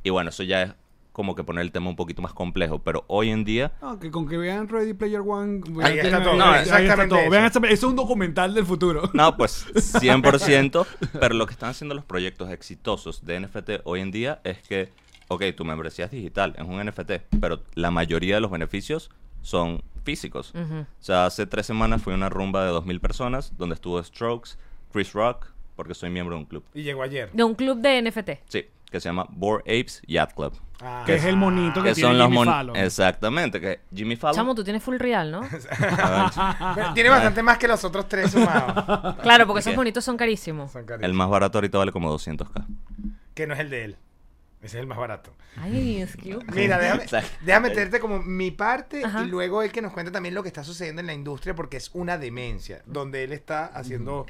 S6: Y bueno, eso ya es como que poner el tema un poquito más complejo, pero hoy en día...
S2: No, que con que vean Ready Player One...
S1: Ahí
S2: ya
S1: está
S2: tienen-
S1: todo,
S2: ya- ya está
S1: exactamente
S2: todo.
S1: eso.
S2: Vean, esta- eso es un documental del futuro.
S6: No, pues 100%, pero lo que están haciendo los proyectos exitosos de NFT hoy en día es que, ok, tu membresía es digital, es un NFT, pero la mayoría de los beneficios son físicos. O sea, hace tres semanas fui a una rumba de 2.000 personas donde estuvo Strokes, Chris Rock, porque soy miembro de un club.
S1: Y llegó ayer.
S3: De un club de NFT.
S6: Sí, que se llama Bored Apes Yacht Club.
S1: Ah,
S2: Que es el monito que,
S6: Que
S2: tiene
S6: son los
S2: Jimmy
S6: mon-
S2: Fallon.
S6: Exactamente, que Jimmy Fallon. Ah,
S3: Chamo, tú tienes full real, ¿no?
S2: Ah,
S1: pero Tiene bastante más que los otros tres sumados.
S3: Claro, porque esos
S6: Ok.
S3: bonitos son carísimos.
S1: Son carísimos.
S6: El más barato ahorita vale como 200k.
S1: Que no es el de él. Ese es el más barato.
S3: Ay, excuse me.
S1: Mira, déjame,
S6: Exacto.
S1: déjame meterte como mi parte
S3: Ajá.
S1: y luego él que nos cuenta también lo que está sucediendo en la industria porque es una demencia, donde él está haciendo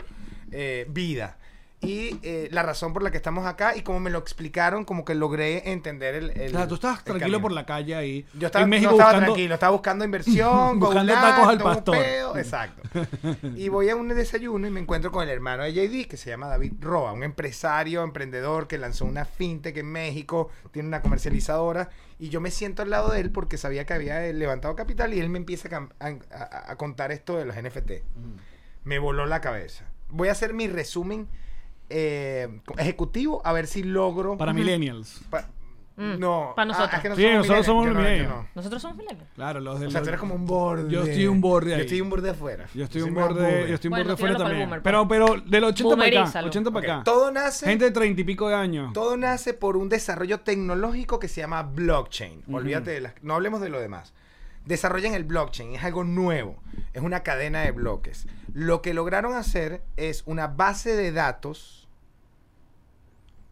S1: eh, vida. Y eh, la razón por la que estamos acá y como me lo explicaron, como que logré entender el... el-
S2: O sea, tú estabas
S1: el
S2: tranquilo
S1: camino.
S2: por la calle ahí.
S1: Yo estaba,
S2: en México
S1: no estaba
S2: buscando-
S1: tranquilo, estaba buscando inversión,
S2: Buscando
S1: goblar,
S2: tacos al
S1: todo un
S2: pastor.
S1: pedo, Exacto. Y voy a un desayuno y me encuentro con el hermano de JD, que se llama David Roa, un empresario, emprendedor que lanzó una fintech en México, tiene una comercializadora. Y yo me siento al lado de él porque sabía que había eh, levantado capital y él me empieza a cam- a, a- a contar esto de los NFT.
S2: Mm.
S1: Me voló la cabeza. Voy a hacer mi resumen eh, ejecutivo a ver si logro.
S2: Para millennials.
S1: pa-
S3: Mm,
S1: no, ah,
S3: para nosotros.
S1: que
S2: Sí, nosotros somos
S1: millennials. Yo no, yo
S2: millennials.
S1: no.
S3: Nosotros somos milenios.
S2: Claro, los
S1: O
S2: del-
S1: sea, tú eres como un borde.
S2: Yo estoy un borde ahí.
S1: Yo estoy un borde afuera.
S2: Yo estoy un
S1: soy más
S2: borde,
S1: boomer.
S2: yo estoy un
S3: Bueno,
S2: borde fuera
S3: tíralo pa'l
S2: también.
S3: boomer, pues.
S2: pero, pero del 80 para acá,
S3: Boomerízalo.
S2: 80 para
S1: Ok,
S2: acá.
S1: Todo nace,
S2: Gente de 30 y pico de años.
S1: todo nace por un desarrollo tecnológico que se llama blockchain. Olvídate de las. No hablemos de lo demás. Desarrollan el blockchain, es algo nuevo, es una cadena de bloques. Lo que lograron hacer es una base de datos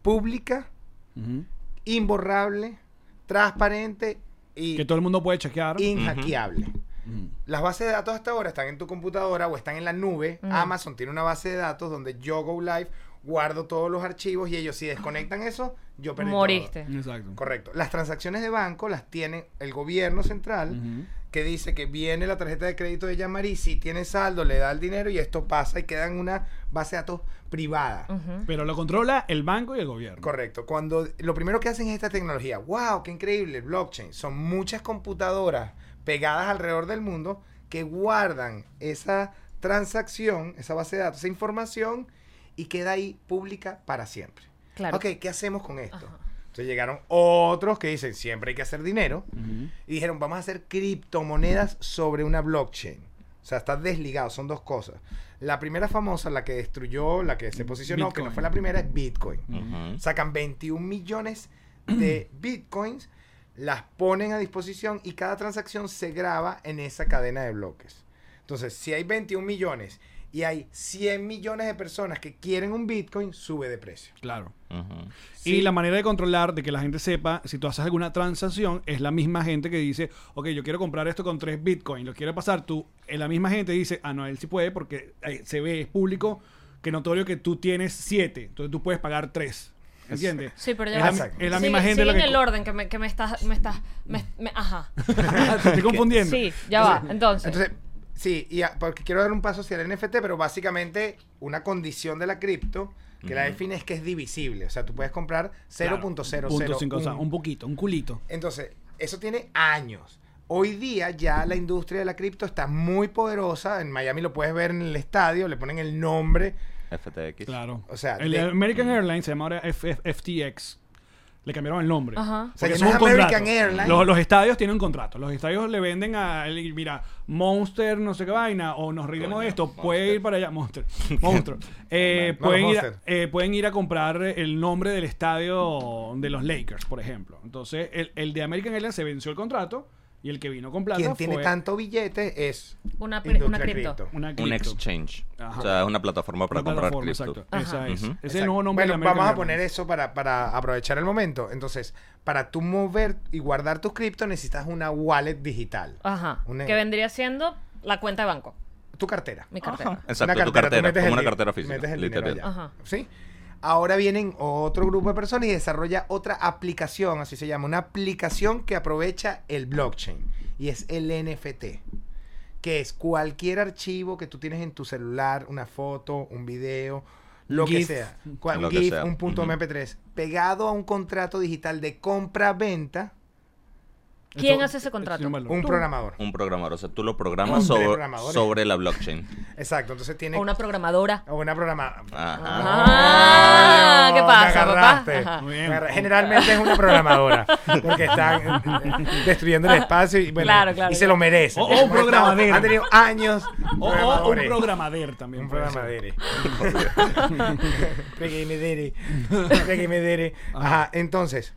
S1: pública,
S2: Ujú.
S1: imborrable, transparente y
S2: Que todo el mundo puede chequear.
S1: inhackeable.
S2: Ujú.
S1: Las bases de datos hasta ahora están en tu computadora o están en la nube.
S3: Mm.
S1: Amazon tiene una base de datos donde yo go live, guardo todos los archivos y ellos si desconectan eso, yo perdí todo.
S3: Moriste.
S2: Exacto.
S1: Correcto. Las transacciones de banco las tiene el gobierno central
S2: Ujú.
S1: que dice que viene la tarjeta de crédito de Yamari, si tiene saldo le da el dinero y esto pasa y queda en una base de datos privada.
S3: Ujú.
S2: Pero lo controla el banco y el gobierno.
S1: Correcto. Cuando lo primero que hacen es esta tecnología. ¡Wow! ¡Qué increíble! Blockchain. Son muchas computadoras pegadas alrededor del mundo que guardan esa transacción, esa base de datos, esa información y queda ahí pública para siempre.
S3: Claro.
S1: Ok, ¿qué hacemos con esto? Entonces llegaron otros que dicen siempre hay que hacer dinero y dijeron vamos a hacer criptomonedas sobre una blockchain. O sea, está desligado, son dos cosas. La primera famosa, la que destruyó, la que se posicionó, que
S2: Bitcoin.
S1: no fue la primera, es Bitcoin.
S6: Ujú.
S1: Sacan 21 millones de bitcoins, las ponen a disposición y cada transacción se graba en esa cadena de bloques. Entonces, si hay 21 millones y hay 100 millones de personas que quieren un bitcoin, sube de precio.
S2: Claro.
S6: Ujú.
S2: Y la manera de controlar, de que la gente sepa, si tú haces alguna transacción, es la misma gente que dice, ok, yo quiero comprar esto con tres bitcoins, lo quiero pasar tú. Es la misma gente dice, ah, no, él sí puede porque eh, se ve, es público, que notorio que tú tienes siete, entonces tú puedes pagar tres. ¿Entiendes?
S3: Sí, pero
S2: es
S3: ya
S2: la,
S3: va.
S2: mi-
S1: Exacto.
S2: es la
S3: Sigue-
S2: misma gente
S3: sigue
S2: la que...
S3: en el orden que me, que me estás... Me estás me- me- ajá.
S2: Te estoy confundiendo.
S3: Sí, ya va. Entonces,
S1: Entonces, sí, y a- porque quiero dar un paso hacia el NFT, pero básicamente una condición de la cripto que la define es que es divisible. O sea, tú puedes comprar
S2: Claro,
S1: 0.0001.
S2: punto cinco, o sea, un poquito, un culito.
S1: Entonces, eso tiene años. Hoy día ya la industria de la cripto está muy poderosa. En Miami lo puedes ver en el estadio, le ponen el nombre.
S6: FTX.
S2: Claro.
S1: O sea,
S2: el
S1: de-
S2: American Airlines se llama ahora F- F- FTX. Le cambiaron el nombre.
S3: Ajá.
S1: O sea,
S2: Porque
S1: que
S2: eso
S1: no
S2: es
S1: es
S2: un contrato.
S1: American Airlines.
S2: Los, los estadios tienen un contrato. Los estadios le venden a él, mira, Monster, no sé qué vaina, o nos reiremos
S6: Coño,
S2: de esto,
S6: Monster.
S2: puede ir para allá, Monster, Monstruo. Eh,
S1: No,
S2: pueden,
S1: los
S2: ir a,
S1: Monster.
S2: eh, pueden ir a comprar el nombre del estadio de los Lakers, por ejemplo. Entonces, el, el de American Airlines se venció el contrato y el que vino con plata
S1: Quien tiene
S2: fue
S1: tanto billete es
S3: Una pri-
S1: industria
S3: una cripto.
S2: una
S6: Un
S2: cripto.
S6: exchange.
S2: Ajá.
S6: O sea, una plataforma para
S2: Una
S6: comprar
S2: plataforma,
S6: cripto.
S2: exacto.
S3: Ajá.
S2: Esa es.
S6: Ujú.
S2: Ese es el
S1: Exacto.
S2: nuevo nombre de
S1: Bueno,
S2: American
S1: vamos a
S2: Airlines.
S1: poner eso para, para aprovechar el momento. Entonces, para tú mover y guardar tus cripto necesitas una wallet digital.
S3: ajá.
S1: Una-
S3: Que vendría siendo la cuenta de banco.
S1: Tu cartera.
S3: Mi cartera.
S6: Exacto,
S1: Una
S6: tu
S1: cartera, tú
S6: cartera,
S1: metes
S6: como
S1: el
S6: una
S1: di-
S6: cartera física,
S1: metes el dinero
S6: literal.
S1: allá,
S3: Ajá.
S1: ¿sí? Ahora vienen otro grupo de personas y desarrolla otra aplicación, así se llama, una aplicación que aprovecha el blockchain y es el NFT, que es cualquier archivo que tú tienes en tu celular, una foto, un video, lo que
S2: GIF.
S1: sea, cual-
S6: Lo que
S1: GIF,
S6: sea,
S1: un punto
S6: ujú.
S1: MP3, pegado a un contrato digital de compra-venta,
S3: ¿Quién
S2: Esto-
S3: hace ese
S2: esto
S3: contrato?
S2: tiene un valor.
S1: un
S2: Tú.
S1: programador.
S6: Un programador. O sea, tú lo programas
S1: Hombre,
S6: sobre,
S1: programadores.
S6: sobre la blockchain.
S1: Exacto, entonces tiene
S3: O una programadora.
S1: o una programadora.
S6: Ajá.
S3: Ah, ¿qué
S1: Oh, me
S3: pasa,
S1: agarraste.
S3: papá? Ajá.
S2: Muy bien.
S1: Me agarra- Generalmente es una programadora. Porque están eh, eh, destruyendo el espacio y, bueno,
S3: Claro, claro,
S1: y se
S3: claro.
S1: lo merecen.
S2: O- o Oh, un programadero.
S1: Han tenido años.
S2: O, o un
S1: programadores.
S2: programader también.
S1: Un
S2: puede ser.
S1: programadero. Pegue y me dere. Pegue y me dere. Ajá, entonces,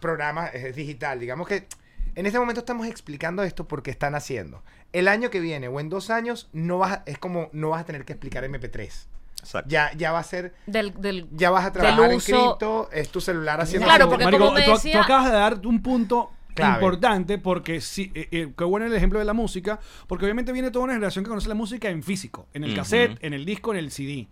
S1: programa es digital. Digamos que en este momento estamos explicando esto porque están haciendo. El año que viene o en dos años no vas, a- es como no vas a tener que explicar MP3.
S6: Exacto.
S1: Ya, ya va a ser,
S3: Del, del,
S1: ya vas a
S3: del
S1: trabajar en
S3: uso-
S1: cripto, es tu celular haciendo
S3: Claro,
S1: su-
S3: porque
S2: Marico,
S3: como me
S2: tú, tú
S3: decía-
S2: acabas de dar un punto
S1: Clave.
S2: importante porque sí, eh, eh, qué bueno el ejemplo de la música, porque obviamente viene toda una generación que conoce la música en físico, en el
S6: Ujú.
S2: cassette, en el disco, en el CD.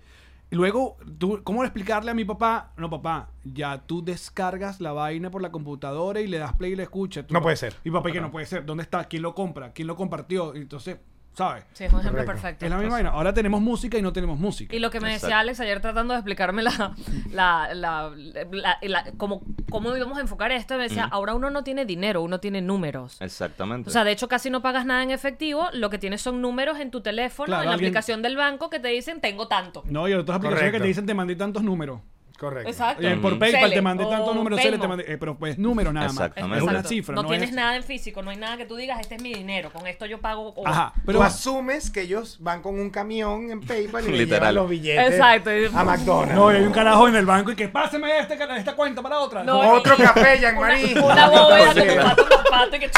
S2: Y Luego, tú, ¿cómo explicarle a mi papá? No, papá, ya tú descargas la vaina por la computadora y le das play y le escuchas. Tú-
S1: No puede ser.
S2: Y papá, ¿y que no puede ser? ¿Dónde está? ¿Quién lo compra? ¿Quién lo compartió? Y Entonces, ¿sabes?
S3: Sí, es un ejemplo
S1: Correcto.
S3: perfecto.
S2: Es la misma vaina. Ahora tenemos música y no tenemos música.
S3: Y lo que me decía
S6: Exacto.
S3: Alex ayer tratando de explicarme la, la, la, la- la- cómo, cómo íbamos a enfocar esto, me decía, ahora uno no tiene dinero, uno tiene números.
S6: Exactamente.
S3: O sea, de hecho casi no pagas nada en efectivo, lo que tienes son números en tu teléfono,
S2: Claro,
S3: en la
S2: alguien-
S3: aplicación del banco que te dicen tengo tanto.
S2: no, y hay otras aplicaciones que
S1: Correcto.
S2: te dicen te mandé tantos números.
S1: Correcto.
S3: Exacto.
S2: Eh, por
S3: Ujú.
S2: PayPal
S3: Cele
S2: te mandé
S3: o
S2: tantos números, Cele, te
S3: Venmo.
S2: mandé, eh, pero pues número nada más.
S6: Exactamente.
S2: Es una
S3: Exacto.
S2: cifra,
S3: no,
S2: no,
S3: tienes
S2: es-
S3: nada en físico, no hay nada que tú digas, este es mi dinero, con esto yo pago. o-
S2: Ajá, pero
S1: Tú asumes que ellos van con un camión en PayPal y le
S6: Literal.
S1: llevan los billetes
S3: Exacto, y-
S1: a McDonald's.
S2: no, y hay un carajo en el banco y que páseme este, cara- esta cuenta para la otra.
S3: No,
S1: Otro
S3: y-
S1: capellán,
S3: Una,
S1: Marí.
S3: una bóveda con
S1: Maldita
S3: pato con pato y que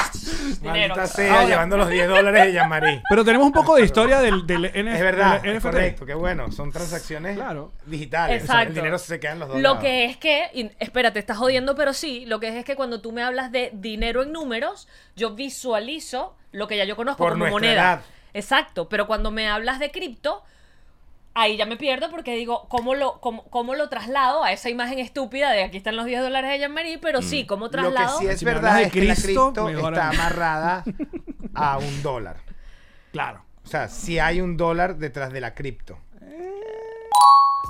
S3: dinero.
S1: Maldita sea, llevando los 10 dólares de Yamarí.
S2: Pero tenemos un poco de historia del, del NF
S1: Es verdad,
S2: del
S1: es
S2: NFT.
S1: correcto, qué bueno. Son transacciones
S2: Claro.
S1: digitales. o sea,
S3: Exacto.
S1: el dinero se queda en los dos
S3: Lo
S1: lados.
S3: que es que, y espérate, estás jodiendo, pero sí, lo que es, es que cuando tú me hablas de dinero en números, yo visualizo lo que ya yo conozco
S1: Por
S3: como
S1: nuestra
S3: moneda.
S1: edad.
S3: Exacto, pero cuando me hablas de cripto, ahí ya me pierdo porque digo, ¿cómo lo, cómo, cómo lo traslado a esa imagen estúpida de aquí están los 10 dólares de Jean-Marie? Pero sí, ¿cómo
S1: Lo que
S3: traslado?
S1: sí es
S2: Si me hablas
S1: verdad
S2: de
S1: es que la
S2: Cristo,
S1: cripto
S2: mejor
S1: está
S2: aún.
S1: amarrada a un dólar.
S2: Claro.
S1: O sea, si hay un dólar detrás de la cripto.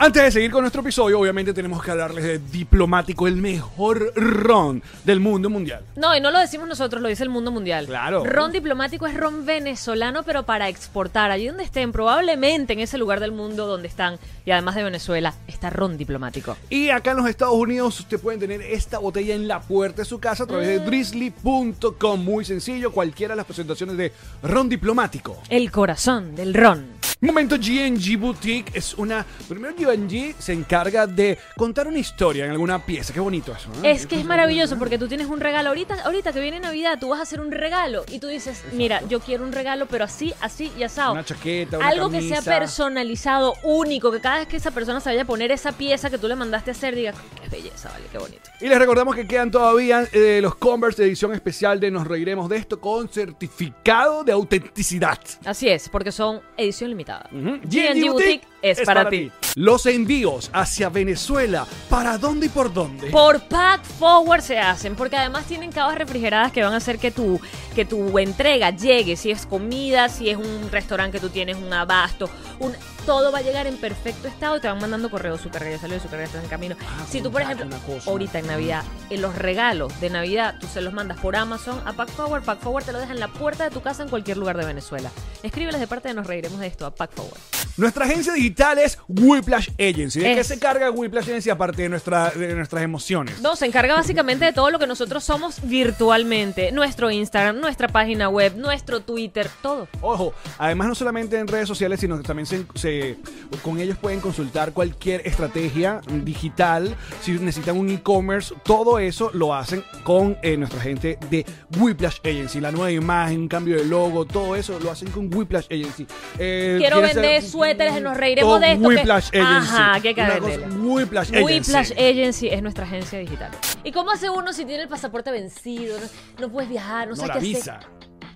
S2: Antes de seguir con nuestro episodio, obviamente tenemos que hablarles de Diplomático, el mejor ron del mundo mundial.
S3: No, y no lo decimos nosotros, lo dice el mundo mundial.
S2: Claro.
S3: Ron diplomático es ron venezolano, pero para exportar. Allí donde estén, probablemente en ese lugar del mundo donde están, y además de Venezuela, está ron diplomático.
S2: Y acá en los Estados Unidos usted pueden tener esta botella en la puerta de su casa a través
S3: Mm.
S2: de drizzly.com. Muy sencillo, cualquiera de las presentaciones de ron diplomático.
S3: El corazón del ron.
S2: Momento GNG Boutique es una. Primero, GNG se encarga de contar una historia en alguna pieza. Qué bonito eso. ¿eh? ¿no?
S3: Es que es maravilloso porque tú tienes un regalo ahorita, ahorita que viene Navidad, tú vas a hacer un regalo y tú dices, mira, yo quiero un regalo, pero así, así y asado.
S2: Una chaqueta, una
S3: Algo que
S2: camisa.
S3: sea personalizado, único, que cada vez que esa persona se vaya a poner esa pieza que tú le mandaste a hacer, diga, qué belleza, vale, qué bonito.
S2: Y les recordamos que quedan todavía eh, los Converse de edición especial de Nos Reiremos de esto con certificado de autenticidad.
S3: Así es, porque son edición limitada.
S2: Ujú.
S3: G&G Boutique es para ti.
S2: Los envíos hacia Venezuela, ¿para dónde y por dónde?
S3: Por pack forward se hacen, porque además tienen cajas refrigeradas que van a hacer que tu, que tu entrega llegue, si es comida, si es un restaurante que tú tienes, un abasto, un, todo va a llegar en perfecto estado y te van mandando correos, su carga ya salió, su carga está en camino.
S2: Ah,
S3: si tú, por
S2: coño,
S3: ejemplo,
S2: una cosa.
S3: ahorita en Navidad, en los regalos de Navidad, tú se los mandas por Amazon a pack forward, pack forward te lo deja en la puerta de tu casa en cualquier lugar de Venezuela. Escríbeles de parte de Nos Reiremos de esto a pack forward.
S2: Nuestra agencia digital es Whiplash Agency. ¿De qué
S3: Es.
S2: se carga Whiplash Agency aparte de, nuestra, de nuestras emociones?
S3: No, se encarga básicamente de todo lo que nosotros somos virtualmente. Nuestro Instagram, nuestra página web, nuestro Twitter, todo.
S2: Ojo, además no solamente en redes sociales, sino que también se, se- con ellos pueden consultar cualquier estrategia digital. Si necesitan un e-commerce, todo eso lo hacen con eh, nuestra gente de Whiplash Agency. La nueva imagen, un cambio de logo, todo eso lo hacen con Whiplash Agency. Eh,
S3: Quiero
S2: ¿quieres
S3: vender
S2: hacer-
S3: suéteres, nos reiremos
S2: Con
S3: de esto, que-
S2: Whiplash Agency.
S3: Ajá, que hay que
S2: Una
S3: venderla.
S2: cosa, Whiplash Agency.
S3: Whiplash Agency es nuestra agencia digital. ¿Y cómo hace uno si tiene el pasaporte vencido? No, no puedes viajar, no,
S2: no
S3: sabes
S2: la
S3: qué
S2: visa.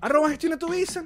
S2: Arroba gestiona tu visa.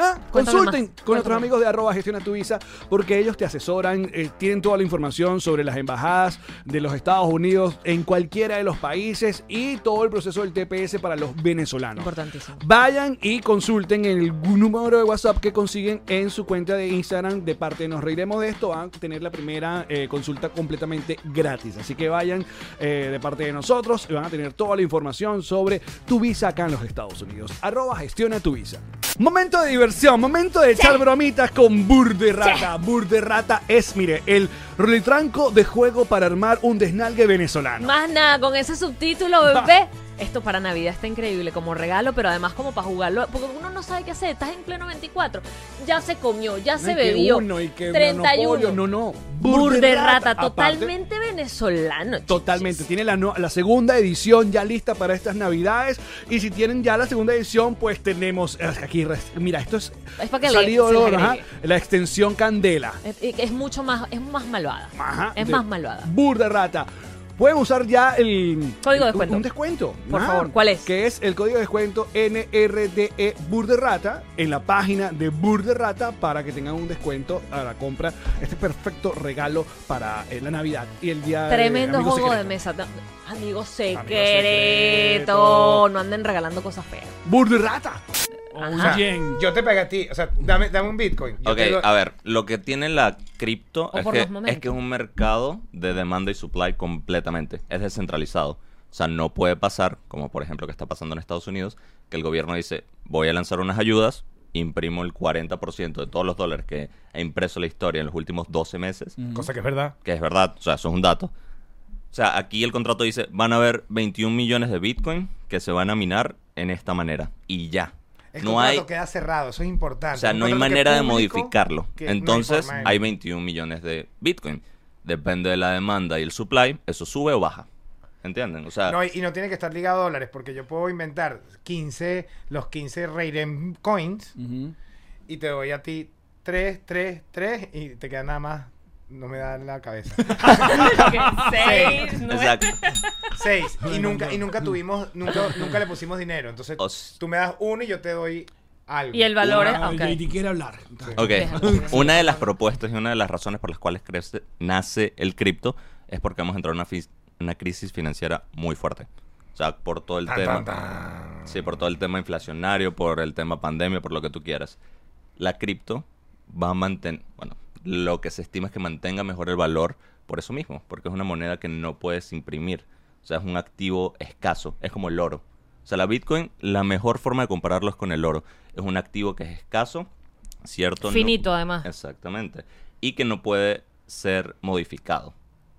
S2: Ah,
S3: Cuéntame
S2: consulten
S3: más,
S2: con
S3: cuéntame
S2: nuestros
S3: más.
S2: amigos de arroba gestiona tu visa porque ellos te asesoran, eh, tienen toda la información sobre las embajadas de los Estados Unidos en cualquiera de los países y todo el proceso del TPS para los venezolanos.
S3: Importantísimo.
S2: Vayan y consulten el número de WhatsApp que consiguen en su cuenta de Instagram de parte de Nos Reiremos de esto. Van a tener la primera eh, consulta completamente gratis. Así que vayan eh, de parte de nosotros y van a tener toda la información sobre tu visa acá en los Estados Unidos. Arroba gestiona tu visa. Momento de diversión, momento de echar bromitas con Burde Rata. Burde Rata es, mire, el rolitranco de juego para armar un desnalgue venezolano.
S3: Más nada, con ese subtítulo, bebé, esto para Navidad está increíble como regalo, pero además como para jugarlo, porque uno no sabe qué hacer, estás en pleno 24, ya se comió, ya se
S2: No, y que
S3: bebió.
S2: uno, y que monopolio,
S3: 31.
S2: No, no.
S3: Bur de rata,
S2: Aparte,
S3: totalmente venezolano.
S2: Totalmente. Tiene la, no- la segunda edición ya lista para estas navidades. Y si tienen ya la segunda edición, pues tenemos eh, aquí. res- Mira, esto es,
S3: Es para que le-
S2: salido
S3: se
S2: de
S3: le
S2: oro, ajá,
S3: agregue.
S2: la extensión Candela.
S3: Es, es mucho más, es más malvada.
S2: Ajá,
S3: es
S2: de
S3: más malvada.
S2: Burda rata. Pueden usar ya el
S3: Código
S2: un-
S3: de descuento.
S2: Un descuento.
S3: Por favor, ¿cuál es?
S2: Que es el código de descuento NRDE Burda E Rata en la página de Burda Rata para que tengan un descuento a la compra. Este perfecto regalo para eh, la Navidad y el día de
S3: Tremendo
S2: Amigo
S3: juego de
S2: Secreto.
S3: mesa. Amigo secreto,
S2: secreto.
S3: no anden regalando cosas feas.
S2: Burda Rata.
S1: O sea,
S2: Bien.
S1: yo te pegué a ti. O sea, dame, dame un Bitcoin. Yo
S6: Ok,
S1: te digo-
S6: a ver, lo que tiene la cripto
S3: O
S6: es
S3: por
S6: que,
S3: los momentos.
S6: es que es un mercado de demanda y supply completamente. Es descentralizado. O sea, no puede pasar, como por ejemplo que está pasando en Estados Unidos, que el gobierno dice, voy a lanzar unas ayudas, imprimo el 40% de todos los dólares que ha impreso la historia en los últimos 12 meses,
S1: Cosa que es verdad.
S6: que es verdad, o sea, eso es un dato. O sea, aquí el contrato dice, van a haber 21 millones de Bitcoin que se van a minar en esta manera. Y ya.
S1: El
S6: no
S1: contrato
S6: hay...
S1: queda cerrado, eso es importante.
S6: O sea,
S1: Un
S6: no hay
S1: contrato que
S6: manera de
S1: público
S6: modificarlo.
S1: que no hay
S6: Entonces,
S1: forma de-
S6: hay 21 millones de Bitcoin. Depende de la demanda y el supply, eso sube o baja. ¿Entienden? O sea,
S1: No, y y no tiene que estar ligado a dólares, porque yo puedo inventar 15, los 15 Raiden Coins y te doy a ti 3, 3, 3 y te queda nada más. No me da en la cabeza.
S3: Seis, nueve.
S6: exacto.
S1: 6. Y nunca, y nunca tuvimos, nunca, nunca le pusimos dinero. Entonces,
S6: O s-
S1: tú me das uno y yo te doy algo.
S3: Y el valor es.
S2: Ah,
S3: ok.
S2: JD quiere hablar.
S6: Ok.
S3: Déjalo.
S6: Una de las propuestas y una de las razones por las cuales crece- nace el cripto es porque hemos entrado en una, fis- una crisis financiera muy fuerte. O sea, por todo el
S1: Tan, tan,
S6: tema.
S1: tan.
S6: Sí, por todo el tema inflacionario, por el tema pandemia, por lo que tú quieras. La cripto va a mantener, bueno, lo que se estima es que mantenga mejor el valor por eso mismo, porque es una moneda que no puedes imprimir. O sea, es un activo escaso, es como el oro. O sea, la Bitcoin, la mejor forma de compararlo es con el oro. Es un activo que es escaso, ¿cierto? No-
S3: Finito, además.
S6: Exactamente. Y que no puede ser modificado.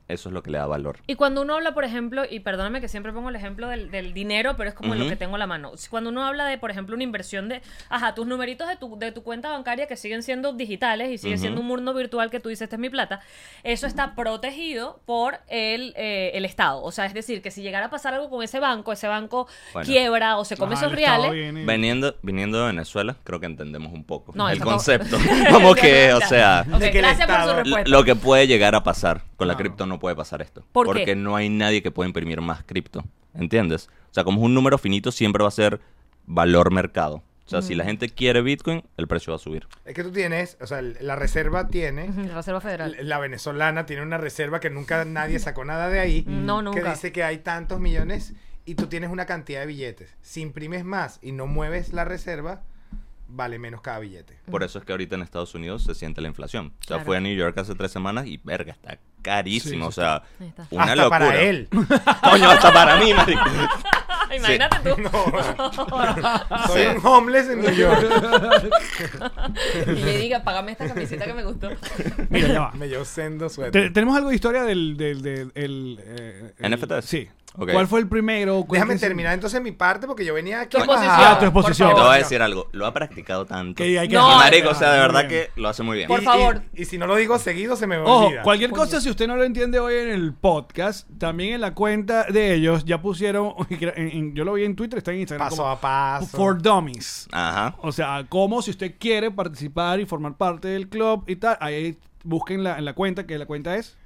S6: Eso es lo que le da valor.
S3: Y cuando uno habla, por ejemplo, y perdóname que siempre pongo el ejemplo del, del dinero, pero es como lo
S6: Ujú.
S3: que tengo a la mano. Si Cuando uno habla de, por ejemplo, una inversión de, ajá, tus numeritos de tu, de tu cuenta bancaria que siguen siendo digitales y sigue
S6: Ujú.
S3: siendo un mundo virtual que tú dices, esta es mi plata, eso está protegido por el, eh, el Estado. O sea, es decir, que si llegara a pasar algo con ese banco, ese banco
S6: Bueno.
S3: quiebra o se come
S2: Ah,
S3: esos
S2: el Estado
S3: reales,
S2: viene y-
S6: Viniendo, viniendo de Venezuela, creo que entendemos un poco
S3: No,
S6: el
S3: tampoco.
S6: concepto. Como que, o
S3: Ya.
S6: sea,
S3: Ok,
S1: De que el
S3: gracias por su
S1: Estado-
S6: l-
S3: respuesta.
S6: lo que puede llegar a pasar. Con la cripto no puede pasar esto.
S3: ¿Por qué?
S6: porque no hay nadie que pueda imprimir más cripto. ¿Entiendes? O sea, como es un número finito, siempre va a ser valor mercado. O sea, si la gente quiere Bitcoin, el precio va a subir.
S1: Es que tú tienes, o sea, la reserva tiene.
S3: Ujú, Reserva Federal.
S1: La venezolana tiene una reserva que nunca nadie sacó nada de ahí.
S3: No, nunca.
S1: Que dice que hay tantos millones y tú tienes una cantidad de billetes. Si imprimes más y no mueves la reserva, vale menos cada billete.
S6: Por eso es que ahorita en Estados Unidos se siente la inflación. O sea,
S3: Claro.
S6: fui a New York hace tres semanas y, verga, está carísimo.
S2: Sí,
S6: o sea,
S3: Ahí está.
S6: una
S1: Hasta
S6: locura.
S1: para él.
S6: Coño, hasta para mí, marico.
S3: Imagínate tú.
S1: Soy un homeless en New York.
S3: Y le diga, págame esta camiseta que me gustó.
S2: Mira, ya va.
S1: Me llevo sendo
S2: Te-
S1: suerte.
S2: Tenemos algo de historia del. del, del- el, eh, el-
S6: ¿NFTs?
S2: Sí.
S6: Ok.
S2: ¿Cuál fue el primero?
S1: Déjame
S2: Cuéntense-
S1: terminar entonces mi parte porque yo venía aquí.
S3: Tu exposición.
S1: enojado.
S2: Ah, tu exposición.
S6: Te
S1: Por
S6: voy
S1: favor.
S6: a decir algo. Lo ha practicado tanto.
S2: Que hay que
S3: No,
S6: Y,
S2: Ah,
S6: marico, o sea, de
S2: muy
S6: verdad
S2: bien.
S6: que lo hace muy bien.
S3: Por
S1: Y- y-
S3: favor.
S1: Y, si no lo digo seguido, se me
S2: Ojo,
S1: olvida.
S2: cualquier cosa, si usted no lo entiende hoy en el podcast, también en la cuenta de ellos ya pusieron. en- en- yo lo vi en Twitter, está en Instagram.
S1: Paso
S2: como
S1: a paso.
S2: For Dummies.
S6: Ajá.
S2: O sea, como si usted quiere participar y formar parte del club y tal, ahí busquen la, en la cuenta, que la cuenta es.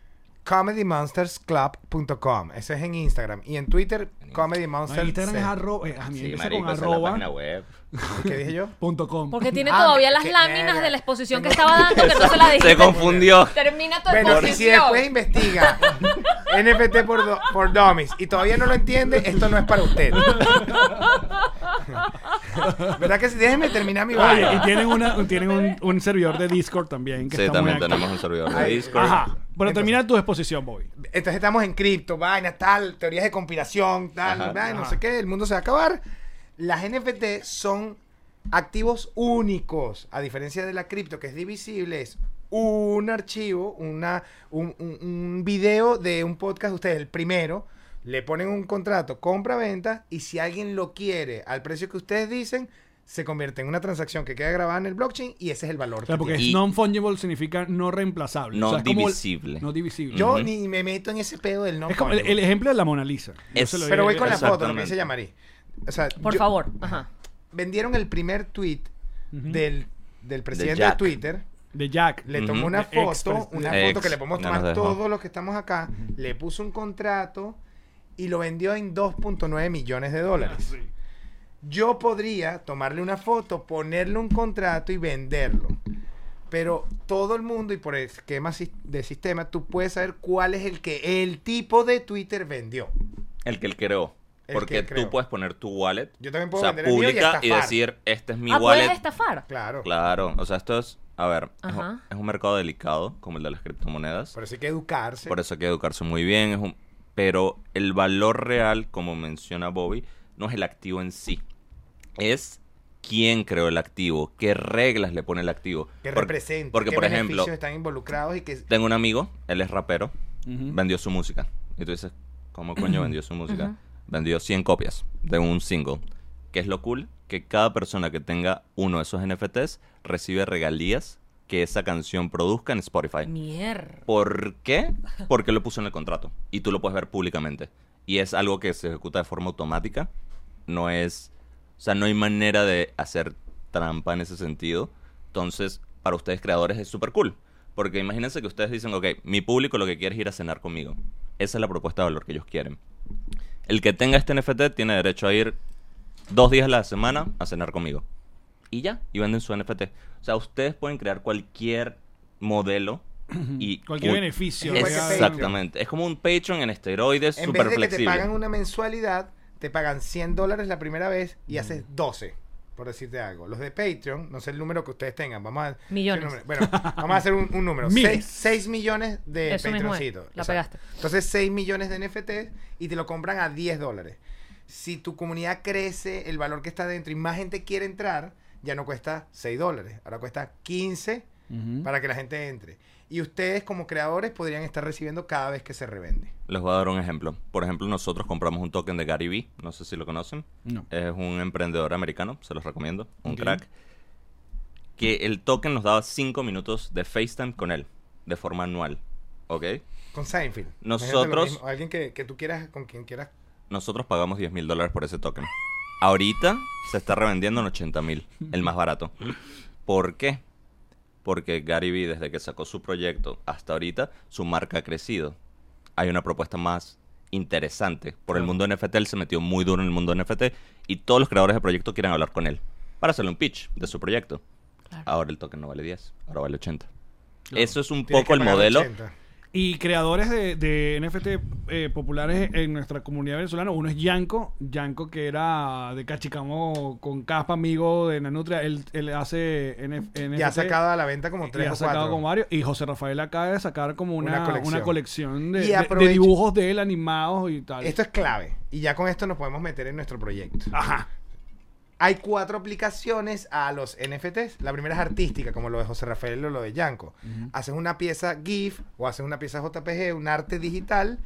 S1: comedymonstersclub.com. Ese es en Instagram. Y en Twitter, Comedy
S2: Ah,
S1: Monsters.
S2: Instagram
S1: C.
S2: es arroba. eh, a mí
S6: Sí,
S2: empieza
S6: marico,
S2: con
S6: esa es la página
S2: arroba.
S6: web.
S1: ¿Qué dije yo?
S2: punto com.
S3: Porque tiene
S1: Ah,
S3: todavía las
S1: qué
S3: láminas
S1: verga.
S3: de la exposición que estaba dando que no se la dijiste.
S6: Se confundió.
S3: Termina tu
S1: Bueno, y
S3: exposición.
S1: si después investiga NFT por, do- por Dummies y todavía no lo entiende, esto no es para usted. ¿Verdad que sí? Déjeme terminar mi
S2: Oye, y
S1: vaina.
S2: tienen, una, tienen un, un servidor de Discord también. Que
S6: Sí,
S2: está muy
S6: también
S2: activo.
S6: tenemos un servidor de
S1: Ay,
S6: Discord.
S2: Ajá. Pero
S1: Entonces-
S2: termina tu exposición, Bobby.
S1: Entonces estamos en cripto, vainas, tal, teorías de conspiración, tal,
S6: Ajá,
S1: vaina, no
S2: ajá.
S1: sé qué, el mundo se va a acabar. Las NFT son activos únicos, a diferencia de la cripto, que es divisible, es un archivo, una, un, un- un video de un podcast de ustedes, el primero. le ponen un contrato compra-venta y si alguien lo quiere al precio que ustedes dicen, se convierte en una transacción que queda grabada en el blockchain y ese es el valor. que
S2: Claro, porque
S1: tiene.
S6: Y-
S2: non-fungible significa no reemplazable.
S6: No
S2: O sea, es como el-
S6: divisible.
S2: No divisible.
S1: Yo
S6: Ujú.
S1: ni me meto en ese pedo del no.
S2: es como el, el ejemplo de la Mona Lisa.
S6: Es-
S2: se lo
S1: Pero
S2: digo-
S1: voy con la foto, lo que
S6: Exactamente.
S1: dice Yamari. O sea,
S3: Por
S1: yo-
S3: favor. Ah, Ajá.
S1: Vendieron el primer tweet del, del presidente de,
S6: Jack.
S1: Twitter.
S2: De Jack.
S1: Le
S6: Ujú.
S1: tomó una
S2: De ex
S1: foto,
S2: pres-
S1: una
S6: Ex,
S1: foto que le podemos
S6: ya
S1: tomar
S6: nos dejó.
S1: todos los que estamos acá. Le puso un contrato y lo vendió en 2.9 millones de dólares.
S6: Ah,
S1: Yo podría tomarle una foto, ponerle un contrato y venderlo. Pero todo el mundo, y por esquema sis- de sistema, tú puedes saber cuál es el que el tipo de Twitter vendió.
S6: El que él creó.
S1: El que
S6: Porque
S1: él creó.
S6: tú puedes poner tu wallet.
S1: Yo también puedo
S6: o sea,
S1: vender el mío y
S6: pública y,
S1: estafar.
S6: decir, este es mi
S3: ah,
S6: wallet.
S3: puedes estafar.
S1: Claro.
S6: Claro. O sea, esto es. A ver, es un-
S3: Ajá.
S6: es un mercado delicado, como el de las criptomonedas.
S1: Por eso hay que educarse.
S6: Por eso hay que educarse muy bien. es un- Pero el valor real, como menciona Bobby, no es el activo en sí. Es quién creó el activo, qué reglas le pone el activo.
S1: que
S6: Por-
S1: representa.
S6: Porque,
S1: qué
S6: por ejemplo,
S1: beneficios están involucrados y que
S6: tengo un amigo, él es rapero,
S2: Ujú.
S6: vendió su música. Y tú dices, ¿cómo coño vendió su música? Vendió 100 copias de un single. ¿Qué es lo cool? Que cada persona que tenga uno de esos NFTs recibe regalías que esa canción produzca en Spotify.
S3: Mierda.
S6: ¿Por qué? Porque lo puso en el contrato y tú lo puedes ver públicamente. Y es algo que se ejecuta de forma automática. No es. O sea, no hay manera de hacer trampa en ese sentido. Entonces, para ustedes creadores es súper cool. Porque imagínense que ustedes dicen, ok, mi público lo que quiere es ir a cenar conmigo. Esa es la propuesta de valor que ellos quieren. El que tenga este NFT tiene derecho a ir dos días a la semana a cenar conmigo. Y ya, y venden su NFT. O sea, ustedes pueden crear cualquier modelo y
S2: Cualquier
S6: u-
S2: beneficio.
S1: Igual que
S2: real.
S6: Exactamente. Es como un Patreon en esteroides,
S1: en vez
S6: súper
S1: de que te
S6: flexible.
S1: pagan una mensualidad, te pagan 100 dólares la primera vez y haces
S2: Mm.
S1: 12, por decirte algo. Los de Patreon, no sé el número que ustedes tengan, vamos a...
S3: Millones.
S1: ¿qué número? Bueno, vamos a hacer un, un número.
S2: Miles.
S1: 6, millones de
S3: Eso mismo es.
S1: Patreoncitos.
S3: La
S1: Exacto.
S3: pegaste.
S1: Entonces 6 millones de NFTs y te lo compran a 10 dólares. Si tu comunidad crece, el valor que está dentro y más gente quiere entrar, ya no cuesta 6 dólares, ahora cuesta 15
S2: Ujú.
S1: para que la gente entre. Y ustedes como creadores podrían estar recibiendo cada vez que se revende.
S6: Les voy a dar un ejemplo. Por ejemplo, nosotros compramos un token de Gary Vee. No sé si lo conocen.
S2: No.
S6: Es un emprendedor americano, se los recomiendo. Un
S2: Ok.
S6: crack. Que el token nos daba 5 minutos de FaceTime con él, de forma anual. ¿Ok?
S1: Con Seinfeld.
S6: Nosotros-
S1: Imagínate lo mismo, Alguien que, que tú quieras, con quien quieras.
S6: Nosotros pagamos 10 mil dólares por ese token. Ahorita se está revendiendo en 80 mil, el más barato. ¿Por qué? Porque Gary Vee, desde que sacó su proyecto hasta ahorita, su marca ha crecido. Hay una propuesta más interesante. Por el mundo NFT, él se metió muy duro en el mundo NFT y todos los creadores de proyectos quieren hablar con él para hacerle un pitch de su proyecto. Ahora el token no vale 10, ahora vale 80. Eso es un
S1: Tienes
S6: poco
S1: que
S6: el
S1: pagar
S6: modelo.
S1: 80.
S2: Y creadores de, de NFT eh, populares en nuestra comunidad venezolana, uno es Yanko, Yanko que era de Cachicamo con Caspa, amigo de Nanutria, él, él hace NF NFT.
S1: Ya ha sacado a la venta como
S2: y
S1: tres
S2: ha
S1: o
S2: sacado
S1: cuatro.
S2: como varios. Y José Rafael acaba de sacar como una,
S1: Una
S2: una
S1: colección.
S2: colección, de,
S1: Y
S2: de- de
S1: aprovecho-
S2: dibujos de él animados y tal.
S1: Esto es clave. Y ya con esto nos podemos meter en nuestro proyecto.
S2: Ajá.
S1: Hay cuatro aplicaciones a los NFTs. La primera es artística, como lo de José Rafael o lo de Yanko. Haces una pieza GIF o haces una pieza JPG, un arte digital,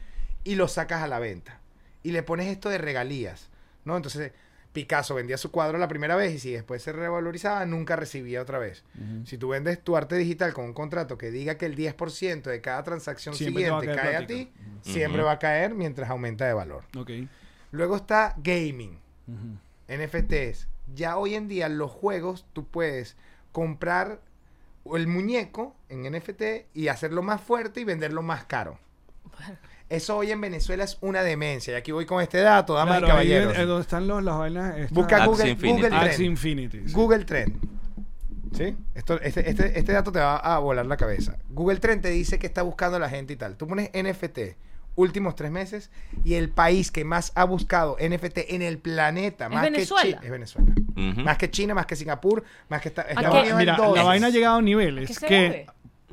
S1: y lo sacas a la venta. Y le pones esto de regalías, ¿no? Entonces, Picasso vendía su cuadro la primera vez y si después se revalorizaba, nunca recibía otra vez. Si tú vendes tu arte digital con un contrato que diga que el 10% de cada transacción
S2: Siempre te va a
S1: siguiente cae
S2: caer
S1: a ti,
S2: plática.
S1: siempre
S6: Ujú.
S1: va a caer mientras aumenta de valor.
S2: Ok.
S1: Luego está gaming.
S2: Ujú.
S1: NFTs. Ya hoy en día los juegos tú puedes comprar el muñeco en NFT y hacerlo más fuerte y venderlo más caro. Eso hoy en Venezuela es una demencia. Y aquí voy con este dato, damas y
S2: Claro, ahí
S1: caballeros.
S2: es- es donde están los, las vainas. estas-
S1: Busca
S6: Axie
S1: Google,
S6: Infinity.
S1: Google
S2: Axie
S1: Trend.
S2: Infinity. sí.
S1: Google Trend. ¿Sí? Esto, este, este- este dato te va a volar la cabeza. Google Trend te dice que está buscando la gente y tal. Tú pones NFT últimos tres meses y el país que más ha buscado NFT en el planeta,
S3: ¿Es
S1: más que
S3: Venezuela?
S1: China, es Venezuela.
S6: Ujú.
S1: Más que China, más que Singapur, más que esta- Estados
S3: qué?
S2: La-
S1: Unidos en
S2: mira,
S1: dos.
S2: la vaina ha llegado a
S3: ¿Qué
S2: niveles
S3: se
S2: que...
S3: debe?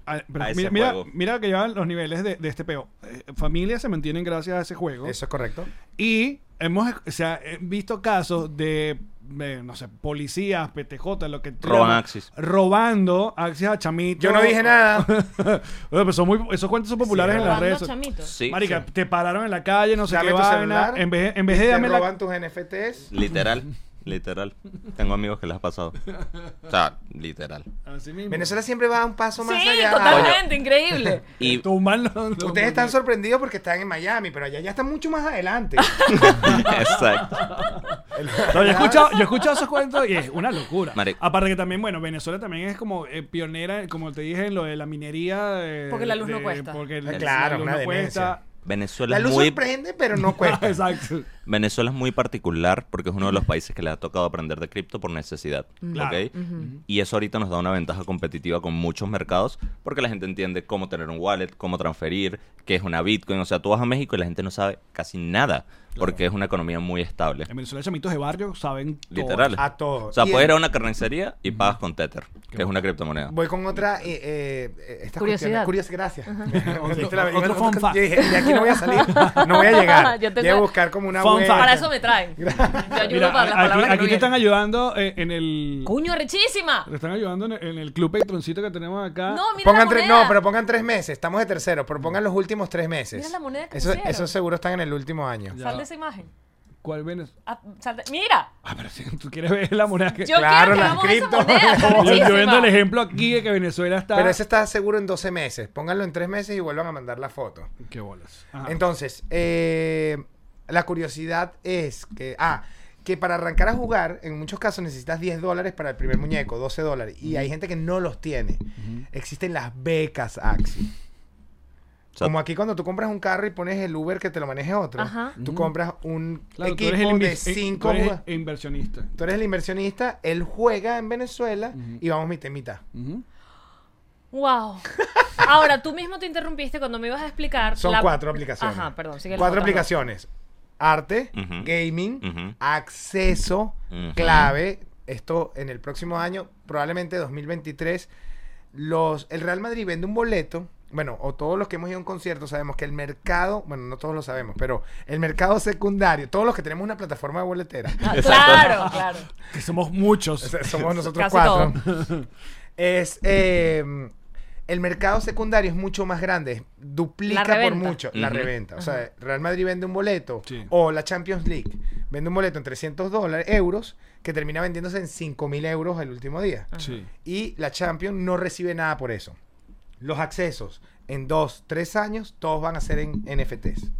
S2: a- pero
S6: A ese
S2: mira, mira,
S6: juego.
S2: mira que llevan los niveles de, de este peo. Eh, familias se mantienen gracias a ese juego.
S1: Eso es correcto.
S2: Y hemos o sea, he visto casos de eh, no sé, policías, PTJ, lo que tú
S6: Roban
S2: llamas,
S6: Axis.
S2: Robando Axis a Chamito.
S1: Yo no dije nada.
S2: Bueno, pero son muy, esos cuentos son populares en las
S3: Robando
S2: redes.
S3: a chamitos.
S6: Sí,
S2: Marica,
S6: sí.
S2: te pararon en la calle, no sé
S1: Dame
S2: qué
S1: tu
S2: vaina.
S1: celular,
S2: en vez, en vez de
S1: Te
S2: darme la-
S1: roban tus NFTs.
S6: Literal, literal. Tengo amigos que les ha pasado. O sea, literal.
S2: Así mismo.
S1: Venezuela siempre va un paso más
S3: Sí,
S1: allá.
S3: totalmente, increíble.
S1: Eh,
S6: Y
S2: Tumban los-
S1: Ustedes están sorprendidos porque están en Miami, pero allá ya están mucho más adelante.
S6: exacto.
S2: No, yo, he escuchado, yo he escuchado esos cuentos y es una locura.
S6: Mari-
S2: Aparte que también, bueno, Venezuela también es como eh, pionera, como te dije, en lo de la minería. de-
S3: Porque la luz no
S2: de-
S3: cuesta.
S2: Porque la,
S1: Eh, Claro,
S2: la luz
S1: una
S2: no
S1: demencia.
S2: cuesta.
S6: Venezuela
S1: La
S6: es
S1: luz
S6: muy
S1: sorprende, pero no cuesta.
S2: Exacto.
S6: Venezuela es muy particular porque es uno de los países que le ha tocado aprender de cripto por necesidad.
S2: Claro.
S6: ¿ok? Y eso ahorita nos da una ventaja competitiva con muchos mercados porque la gente entiende cómo tener un wallet, cómo transferir, qué es una Bitcoin. O sea, tú vas a México y la gente no sabe casi nada porque es una economía muy estable.
S2: En Venezuela, chamitos de barrio saben. todo.
S6: Literal.
S1: Em, A todos.
S6: O sea,
S1: Y
S6: puedes
S1: el-
S6: ir a una carnicería y pagas con Tether, que es una criptomoneda.
S1: Voy con otra eh, eh, eh, esta
S3: Curiosidad.
S1: Curiosidad. gracias.
S2: Otro-
S1: Viste la-
S2: otro
S1: yo-
S2: fun fact.
S1: yo dije, de aquí no voy a salir, no voy a llegar.
S3: Yo tengo-
S1: Voy a buscar como una
S2: Fun
S1: web.
S2: fact.
S3: Para eso me traen. Te ayudo
S2: Mira,
S3: para las
S2: aquí,
S3: palabras que
S2: aquí
S3: no
S2: te están
S3: vienen.
S2: ayudando eh, en el.
S3: ¡Cuño, richísima!
S2: Te están ayudando en el, en el club Patroncito que tenemos acá.
S3: No, mira
S1: Pongan
S3: la
S1: tres,
S3: moneda.
S1: no, pero pongan tres meses. Estamos de tercero, pero pongan los últimos tres meses.
S3: Mira la moneda que
S1: eso,
S3: pusieron.
S1: eso seguro están en el último año.
S2: Ya.
S3: Sal de esa imagen.
S2: ¿Cuál Venezuela?
S3: Ah, sal de- ¡Mira!
S2: Ah, pero si tú quieres ver la moneda que.
S3: Yo
S1: Claro,
S3: quiero que
S1: las
S3: hagamos esa
S1: cripto.
S3: moneda, está
S2: Yo- yo,
S3: richísima.
S2: vendo el ejemplo aquí de que Venezuela está.
S1: Pero ese está seguro en 12 meses. Pónganlo en tres meses y vuelvan a mandar la foto.
S2: Qué bolas. Ajá.
S1: Entonces, eh, la curiosidad es que, ah, que para arrancar a jugar, en muchos casos necesitas 10 dólares para el primer muñeco, 12 dólares. Y hay gente que no los tiene. Existen las becas Axi.
S6: O sea,
S1: Como aquí cuando tú compras un carro y pones el Uber que te lo maneje otro,
S3: Ajá.
S1: tú compras un
S2: Claro, tú
S1: equipo
S2: eres el
S1: de
S2: invis- eh,
S1: 5
S2: tú eres inversionista.
S1: Tú eres el inversionista, él juega en Venezuela y vamos mitad y mitad.
S3: Wow. Ahora, tú mismo te interrumpiste cuando me ibas a explicar.
S1: Son
S3: la-
S1: cuatro aplicaciones.
S3: Ajá, perdón. sigue la
S1: Cuatro
S3: otra.
S1: aplicaciones. Arte,
S6: Ujú.
S1: gaming,
S6: Ujú.
S1: acceso,
S6: Ujú.
S1: clave. Esto en el próximo año, probablemente 2023, los, el Real Madrid vende un boleto. Bueno, o todos los que hemos ido a un concierto sabemos que el mercado, bueno, no todos lo sabemos, pero el mercado secundario, todos los que tenemos una plataforma de boletera,
S3: Ah, Claro, claro.
S2: Que somos muchos.
S1: o sea, somos nosotros
S3: Casi
S1: cuatro. Es eh, el mercado secundario es mucho más grande, duplica
S3: La
S1: por
S3: reventa.
S1: mucho la
S6: Ujú.
S1: reventa. O sea, Real Madrid vende un boleto
S2: Sí.
S1: o la Champions League vende un boleto en 300 dólares, euros, que termina vendiéndose en 5 mil euros el último día.
S3: Ah.
S2: Sí.
S1: Y la Champions no recibe nada por eso. Los accesos en 2, 3 años, todos van a ser en NFTs.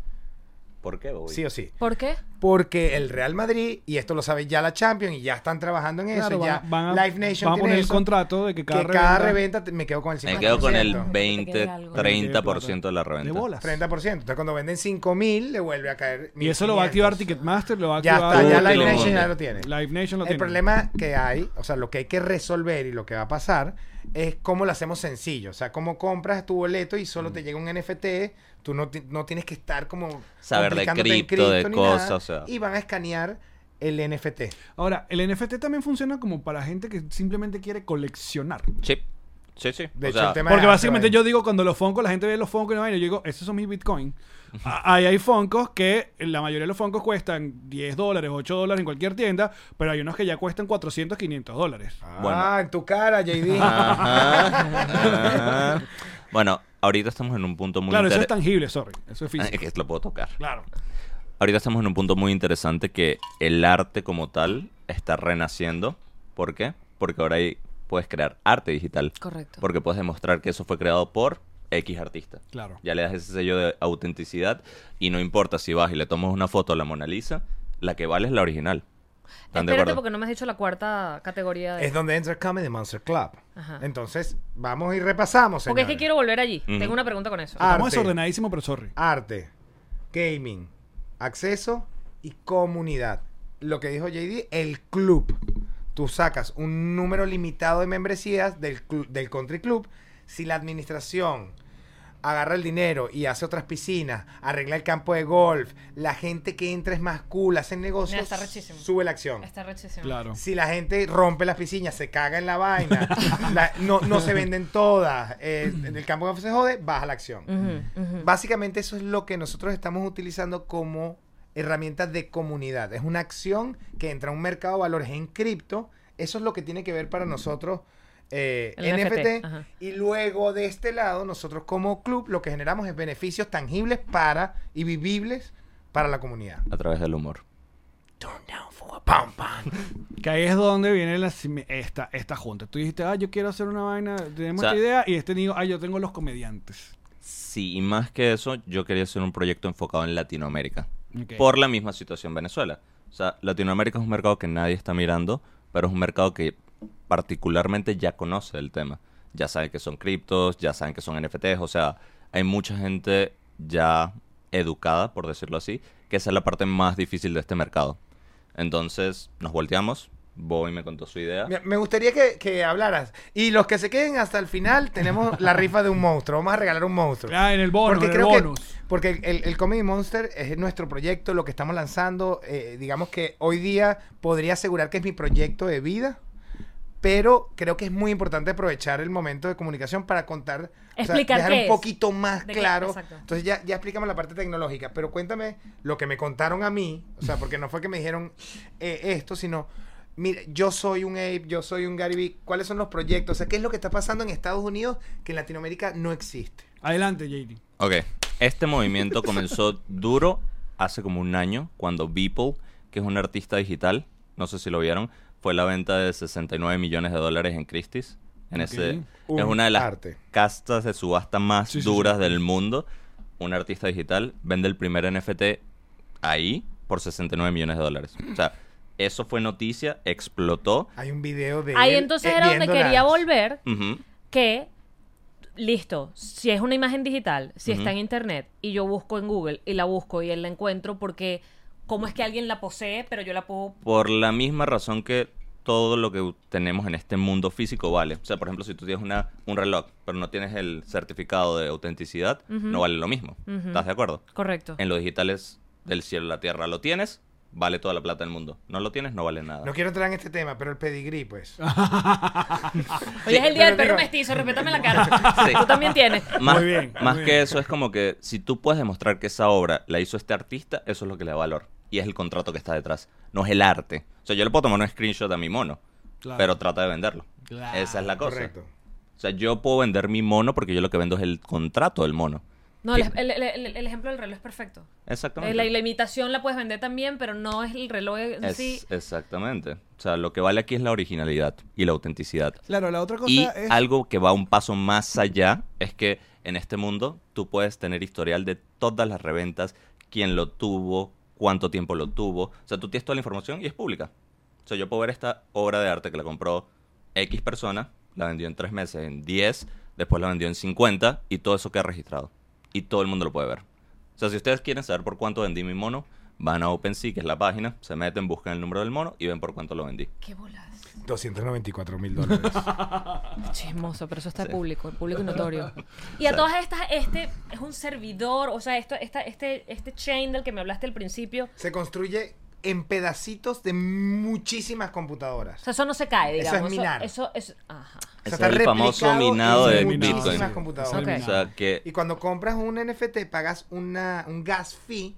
S6: ¿Por qué, Bobby?
S1: Sí o sí.
S3: ¿Por qué?
S1: Porque el Real Madrid, y esto lo sabe ya la Champions, y ya están trabajando en eso,
S2: Claro,
S1: ya
S2: van- van a-
S1: Live Nation
S2: van a
S1: tiene
S2: poner el
S1: eso,
S2: contrato de que cada reventa-
S1: reventa te- me quedo con el 50%.
S6: Me quedo con el
S3: Para que te quede algo.
S6: 20-30% de la reventa.
S2: De bolas.
S1: 30%. Entonces cuando venden 5000 le vuelve a caer
S2: Y eso lo va a activar
S1: 1500.
S2: Ticketmaster, lo va a
S1: Ya
S2: activar.
S1: está, ya
S6: Todo
S1: Live
S6: lo
S1: Nation ya
S6: monta.
S1: lo tiene.
S2: Live Nation lo
S1: el
S2: tiene.
S1: problema que hay, o sea, lo que hay que resolver y lo que va a pasar es cómo lo hacemos sencillo. O sea, cómo compras tu boleto y
S6: Mm.
S1: solo te llega un NFT. Tú no, ti- no tienes que estar como.
S6: Saber de
S1: complicándote en
S6: cripto, de
S1: ni nada,
S6: cosas, o sea.
S1: Y van a escanear el NFT.
S2: Ahora, el NFT también funciona como para gente que simplemente quiere coleccionar.
S6: Sí, sí, sí.
S1: De
S6: O
S1: hecho,
S6: sea,
S1: el tema
S2: Porque
S1: de-
S2: básicamente yo digo, cuando los Funko, la gente ve los Funko y no vaina, yo digo, esos son mis Bitcoin. Ah, Ahí hay Funkos que la mayoría de los Funkos cuestan 10 dólares, 8 dólares en cualquier tienda, pero hay unos que ya cuestan 400, 500 dólares.
S1: Ah,
S6: Bueno. Ah.
S1: en tu cara, JD.
S6: Ajá, ajá. Bueno, ahorita estamos en un punto muy
S2: Claro, eso es
S6: inter-
S2: tangible, sorry. Eso es físico.
S6: Ah, que lo puedo tocar.
S2: Claro.
S6: Ahorita estamos en un punto muy interesante que el arte como tal está renaciendo. ¿Por qué? Porque ahora ahí puedes crear arte digital.
S3: Correcto.
S6: Porque puedes demostrar que eso fue creado por X artista.
S2: Claro.
S6: Ya le das ese sello de autenticidad y no importa si vas y le tomas una foto a la Mona Lisa, la que vale es la original. ¿Están de
S3: Espérate
S6: acuerdo?
S3: porque no me has dicho la cuarta categoría de...
S1: Es donde entra el Comedy Monster Club.
S3: Ajá.
S1: Entonces, vamos y repasamos.
S3: Porque es que
S1: señores.
S3: quiero volver allí.
S6: Ujú.
S3: Tengo una pregunta con eso.
S1: Ah,
S2: Estamos
S1: Arte.
S2: desordenadísimo, pero sorry.
S1: Arte, gaming, acceso y comunidad. Lo que dijo JD, el club. Tú sacas un número limitado de membresías del, clu- del country club. Si la administración agarra el dinero y hace otras piscinas, arregla el campo de golf, la gente que entra es más cool, hacen negocios,
S3: Mira, está rechísimo.
S1: sube la acción.
S3: Está rechísimo.
S2: Claro.
S1: Si la gente rompe las piscinas, se caga en la vaina, la- no, no se venden todas, eh, en el campo de golf se jode, baja la acción.
S3: Ujú, ujú.
S1: Básicamente eso es lo que nosotros estamos utilizando como herramienta de comunidad. Es una acción que entra a un mercado de valores en cripto. Eso es lo que tiene que ver para nosotros eh,
S3: El NFT,
S1: NFT.
S3: ajá.
S1: y luego de este lado, nosotros como club lo que generamos es beneficios tangibles para y vivibles para la comunidad.
S6: a través del humor.
S1: Pam, pam.
S2: Que ahí es donde viene la sime- esta, esta junta. Tú dijiste, ah, yo quiero hacer una vaina, tenemos
S6: O sea-
S2: esta idea, y este dijo, ah, yo tengo los comediantes.
S6: Sí, y más que eso, yo quería hacer un proyecto enfocado en Latinoamérica.
S2: Ok.
S6: Por la misma situación en Venezuela. O sea, Latinoamérica es un mercado que nadie está mirando, pero es un mercado que particularmente ya conoce el tema. Ya saben que son criptos, ya saben que son NFTs, o sea, hay mucha gente ya educada, por decirlo así, que esa es la parte más difícil de este mercado. Entonces, nos volteamos, Bobby me contó su idea.
S1: Me- Me gustaría que, que hablaras. Y los que se queden hasta el final, tenemos la rifa de un monstruo. Vamos a regalar un monstruo.
S2: Ah, en el bono,
S1: Porque
S2: en el
S1: creo
S2: bonus.
S1: que porque el, el Comedy Monster es nuestro proyecto, lo que estamos lanzando. eh, digamos que hoy día podría asegurar que es mi proyecto de vida, pero creo que es muy importante aprovechar el momento de comunicación para contar,
S3: Explicar
S1: dejar
S3: qué
S1: un
S3: es.
S1: poquito más
S3: De qué-
S1: claro.
S3: exacto.
S1: Entonces ya, ya explicamos la parte tecnológica, pero cuéntame lo que me contaron a mí, o sea, porque no fue que me dijeron eh, esto, sino... Mira, yo soy un Ape, yo soy un Gary Vee. ¿Cuáles son los proyectos? O sea, ¿qué es lo que está pasando en Estados Unidos que en Latinoamérica no existe?
S2: Adelante, JD.
S6: Ok, este movimiento comenzó duro hace como un año cuando Beeple, que es un artista digital, no sé si lo vieron, fue la venta de 69 millones de dólares en Christie's. En ese,
S2: Ok.
S6: es
S1: Un
S6: una de las
S1: arte.
S6: castas de subasta más
S2: Sí, sí,
S6: duras del mundo. Un artista digital vende el primer NFT ahí por 69 millones de dólares. O sea, eso fue noticia, explotó.
S1: Hay un video de
S3: Ahí
S1: él,
S3: entonces
S1: eh,
S3: era donde
S1: viendo
S3: quería
S1: las-
S3: volver,
S6: Ujú.
S3: que, listo, si es una imagen digital, si está en internet, y yo busco en Google, y la busco y él la encuentro, porque cómo es que alguien la posee, pero yo la puedo...
S6: Por la misma razón que todo lo que tenemos en este mundo físico vale. O sea, por ejemplo, si tú tienes una, un reloj, pero no tienes el certificado de autenticidad, no vale lo mismo. ¿Estás de acuerdo?
S3: Correcto.
S6: En los digitales del cielo a la tierra lo tienes, vale toda la plata del mundo. No lo tienes, no vale nada.
S1: No quiero entrar en este tema, pero el pedigrí, pues.
S6: Ah,
S3: Hoy es el día
S1: pero
S3: del perro
S1: digo-
S3: mestizo, respétame la cara.
S6: Sí.
S3: Tú también tienes.
S6: Más,
S2: Muy bien,
S6: más
S2: muy
S6: que
S2: bien.
S6: eso, es como que si tú puedes demostrar que esa obra la hizo este artista, eso es lo que le da valor. Y es el contrato que está detrás, no es el arte. O sea, yo le puedo tomar un screenshot a mi mono,
S2: Claro.
S6: pero trata de venderlo.
S2: Claro,
S6: Esa es la cosa.
S1: Correcto.
S6: O sea, yo puedo vender mi mono porque yo lo que vendo es el contrato del mono.
S3: No, el, el- el- el ejemplo del reloj es perfecto. Eh,
S6: Exactamente.
S3: La, la imitación la puedes vender también, pero no es el reloj en
S6: Es-
S3: sí.
S6: Exactamente. O sea, lo que vale aquí es la originalidad y la autenticidad.
S2: Claro, la otra cosa
S6: Y
S2: es...
S6: algo que va un paso más allá es que en este mundo tú puedes tener historial de todas las reventas, quién lo tuvo, cuánto tiempo lo tuvo. O sea, tú tienes toda la información y es pública. O sea, yo puedo ver esta obra de arte que la compró X persona, la vendió en tres meses, en 10, después la vendió en 50 y todo eso queda registrado. Y todo el mundo lo puede ver. O sea, si ustedes quieren saber por cuánto vendí mi mono, van a OpenSea, que es la página, se meten, buscan el número del mono y ven por cuánto lo vendí.
S3: Qué bolas.
S1: 294 mil dólares.
S3: Chismoso, pero eso está público, público y notorio. Y a todas estas, este es un servidor, o sea, esto, esta, este, este chain del que me hablaste al principio,
S1: Se construye en pedacitos de muchísimas computadoras.
S3: o sea, eso no se cae,
S1: Eso es
S3: digamos.
S1: minar.
S3: Eso, eso- ajá.
S1: O sea,
S6: Ese es el famoso
S1: replicado
S6: minado
S1: en
S6: de
S2: minado,
S6: Bitcoin.
S1: Muchísimas
S2: sí.
S1: computadoras.
S3: Ok.
S6: O sea, que
S1: Y cuando compras un NFT, pagas una, un gas fee,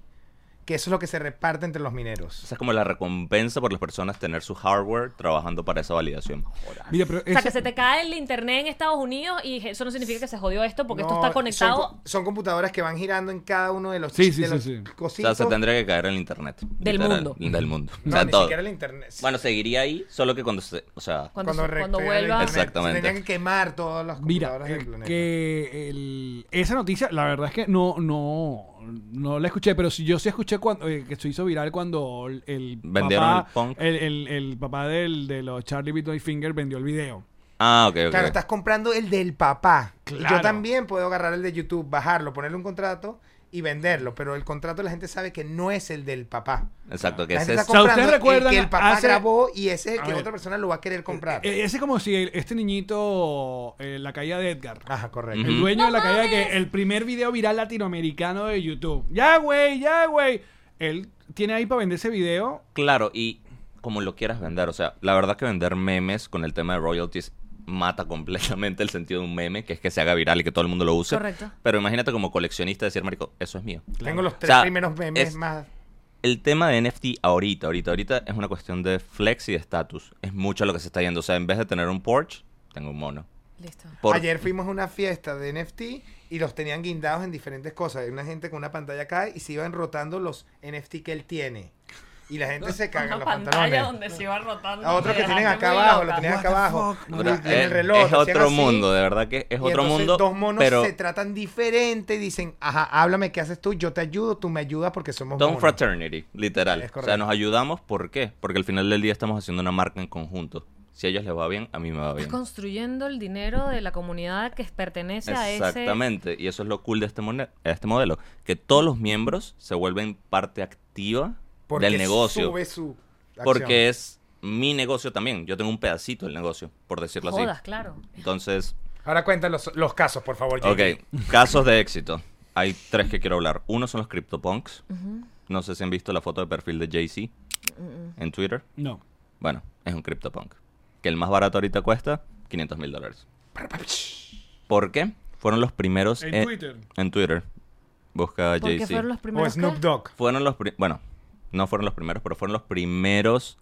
S1: que eso es lo que se reparte entre los mineros.
S6: Esa es como la recompensa por las personas tener su hardware trabajando para esa validación.
S2: Mira, pero
S3: O sea,
S2: ese-
S3: que se te cae el internet en Estados Unidos y eso no significa que se jodió esto porque
S1: No,
S3: esto está
S1: son
S3: conectado
S1: co- Son, computadoras que van girando en cada uno de los,
S2: Sí,
S1: chi-
S2: sí,
S1: de
S2: sí,
S1: los
S2: sí.
S6: O sea,
S1: cositos.
S6: se tendría que caer el internet.
S3: Del
S6: literal,
S3: mundo.
S6: Del mundo. O
S1: No,
S6: sea,
S1: ni
S6: todo.
S1: siquiera el internet.
S6: Bueno, seguiría ahí, solo que cuando se... O sea,
S3: cuando, se-
S1: re-
S3: cuando
S1: pega el
S3: vuelva.
S1: internet, se
S6: Exactamente.
S1: Tendrían que quemar todas las
S2: Mira,
S1: computadoras
S2: eh,
S1: del planeta.
S2: que el- esa noticia, la verdad es que no, no, no la escuché, pero sí, yo sí escuché cuando, eh, que se hizo viral cuando el, el
S6: Vendieron
S2: papá,
S6: el punk.
S2: el, el- el papá del, de los Charlie Bitcoin Finger vendió el video.
S6: ah, ok, ok.
S1: Claro,
S6: ok.
S1: estás comprando el del papá. Y
S2: Claro.
S1: Yo también puedo agarrar el de YouTube, bajarlo, ponerle un contrato y venderlo, pero el contrato la gente sabe que no es el del papá.
S6: Exacto, que
S1: La
S6: ese
S1: gente está
S6: es...
S2: O sea,
S1: comprando
S2: ¿ustedes recuerdan
S1: el que el papá
S2: hace-
S1: grabó y ese es el
S2: A
S1: que
S2: ver.
S1: otra persona lo va a querer comprar.
S2: E- ese es como si el- este niñito, eh, la caída de Edgar.
S1: Ajá, correcto.
S2: El
S6: Ujú.
S2: dueño de la caída que el primer video viral latinoamericano de YouTube. Ya, güey, ya, güey. Él tiene ahí para vender ese video.
S6: Claro, y como lo quieras vender. O sea, la verdad que vender memes con el tema de royalties mata completamente el sentido de un meme, que es que se haga viral y que todo el mundo lo use.
S3: Correcto.
S6: Pero imagínate como coleccionista decir, marico, eso es mío.
S1: Tengo los tres
S6: O sea,
S1: primeros memes
S6: es-
S1: más.
S6: el tema de NFT ahorita, ahorita, ahorita es una cuestión de flex y de estatus. Es mucho lo que se está yendo. O sea, en vez de tener un Porsche, tengo un mono.
S3: Listo.
S6: Por-
S1: Ayer fuimos a una fiesta de NFT y los tenían guindados en diferentes cosas. Hay una gente con una pantalla acá y se iban rotando los NFT que él tiene. Y la gente se caga en
S3: Una
S1: los
S3: pantalla
S1: pantalones.
S3: donde se iba rotando.
S1: A otro que
S3: de
S1: tienen
S3: gente
S1: acá
S3: muy
S1: abajo, lo
S3: loca.
S1: tenían acá abajo.
S2: fuck,
S1: Y
S6: Ahora,
S2: marico?
S1: en el
S6: eh, es-
S1: reloj.
S6: es
S1: lo hacían
S6: otro
S1: así.
S6: mundo, de verdad que es
S1: Y
S6: otro
S1: entonces
S6: mundo.
S1: Dos monos
S6: pero
S1: se tratan diferente y dicen, ajá, háblame, ¿qué haces tú? Yo te ayudo, tú me ayudas porque somos
S6: Don't
S1: monos".
S6: fraternity, literal.
S1: Es
S6: O sea,
S1: correcto.
S6: nos ayudamos, ¿por qué? Porque al final del día estamos haciendo una marca en conjunto. Si a ellos les va bien, a mí me va bien.
S3: Estás construyendo el dinero de la comunidad que pertenece a ese.
S6: Exactamente, y eso es lo cool de este, mone- este modelo, que todos los miembros se vuelven parte activa
S1: Porque
S6: del negocio,
S1: sube su acción.
S6: porque es mi negocio también, yo tengo un pedacito del negocio, por decirlo
S3: Jodas,
S6: así.
S3: claro.
S6: Entonces,
S1: Ahora cuenta los, los casos, por favor,
S6: ok,
S1: JP.
S6: casos de éxito. Hay tres que quiero hablar. Uno son los CryptoPunks. No sé si han visto la foto de perfil de Jay-Z en Twitter.
S2: No.
S6: Bueno, es un CryptoPunk. Que el más barato ahorita cuesta 500 mil dólares. ¿Por qué? Fueron los primeros...
S2: En Twitter.
S6: En Twitter. Busca a
S3: Porque
S6: Jay-Z.
S3: fueron los
S1: O
S3: primeros. que-
S1: Snoop Dogg.
S6: Fueron los pri- Bueno, no fueron los primeros, pero fueron los primeros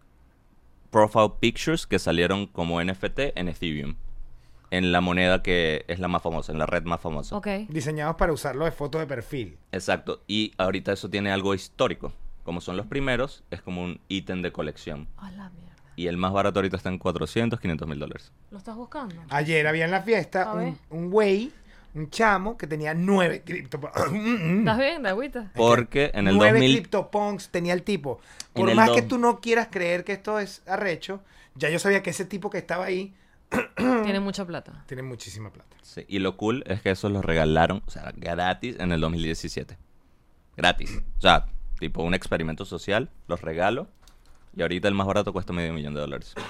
S6: profile pictures que salieron como NFT en Ethereum. En la moneda que es la más famosa, en la red más famosa.
S3: Ok.
S1: Diseñados para usarlo de foto de perfil.
S6: Exacto. Y ahorita eso tiene algo histórico. Como son los primeros, es como un ítem de colección.
S3: A la mierda.
S6: Y el más barato ahorita está en 400, 500 mil dólares.
S3: ¿Lo estás buscando?
S1: Ayer había en la fiesta
S3: A ver.
S1: un, un güey, un chamo, que tenía nueve cripto...
S3: ¿Estás bien, Dagüita?
S6: Porque en el
S1: nueve
S6: 2000...
S1: CryptoPunks tenía el tipo.
S6: En
S1: Por
S6: el
S1: más
S6: dos-
S1: que tú no quieras creer que esto es arrecho, ya yo sabía que ese tipo que estaba ahí
S3: Tiene mucha plata.
S1: tiene muchísima plata.
S6: Sí, y lo cool es que esos los regalaron, o sea, gratis en el 2017. Gratis. O sea, tipo un experimento social, los regalo. Y ahorita el más barato cuesta medio millón de dólares.
S2: Si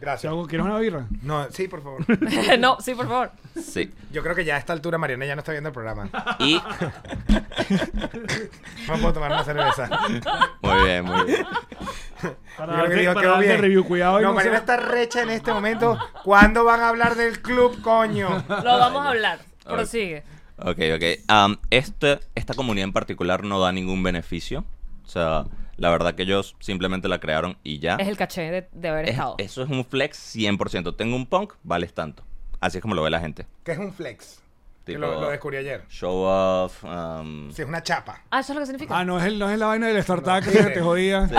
S1: Gracias.
S2: hago- ¿Quieres una birra?
S1: No, sí, por favor.
S3: no, sí, por favor.
S6: Sí.
S1: Yo creo que ya a esta altura Mariana ya no está viendo el programa.
S6: Y.
S1: No puedo tomar una cerveza.
S6: Muy bien, muy bien.
S2: Para
S1: Yo creo que
S2: darte,
S1: digo,
S2: para
S1: quedó
S2: darte
S1: bien.
S2: review, cuidado. y
S1: No,
S2: no
S1: Mariana
S2: sea-
S1: está recha en este momento. ¿Cuándo van a hablar del club, coño?
S3: Lo vamos a hablar.
S6: Ok.
S3: Prosigue.
S6: Ok, ok. Am, este- esta comunidad en particular no da ningún beneficio. O sea, la verdad que ellos simplemente la crearon y ya.
S3: Es el caché de, de haber
S6: Es-
S3: estado.
S6: eso es un flex 100%. Tengo un punk, vales tanto. Así es como lo ve la gente.
S1: Que es un flex. Que
S6: Tipo-
S1: lo, lo descubrí ayer.
S6: Show off. am,
S1: Sí, es una chapa.
S3: Ah, eso es lo que significa.
S2: Ah, no es, el- no es la vaina del StarTac
S1: No.
S2: que te jodía.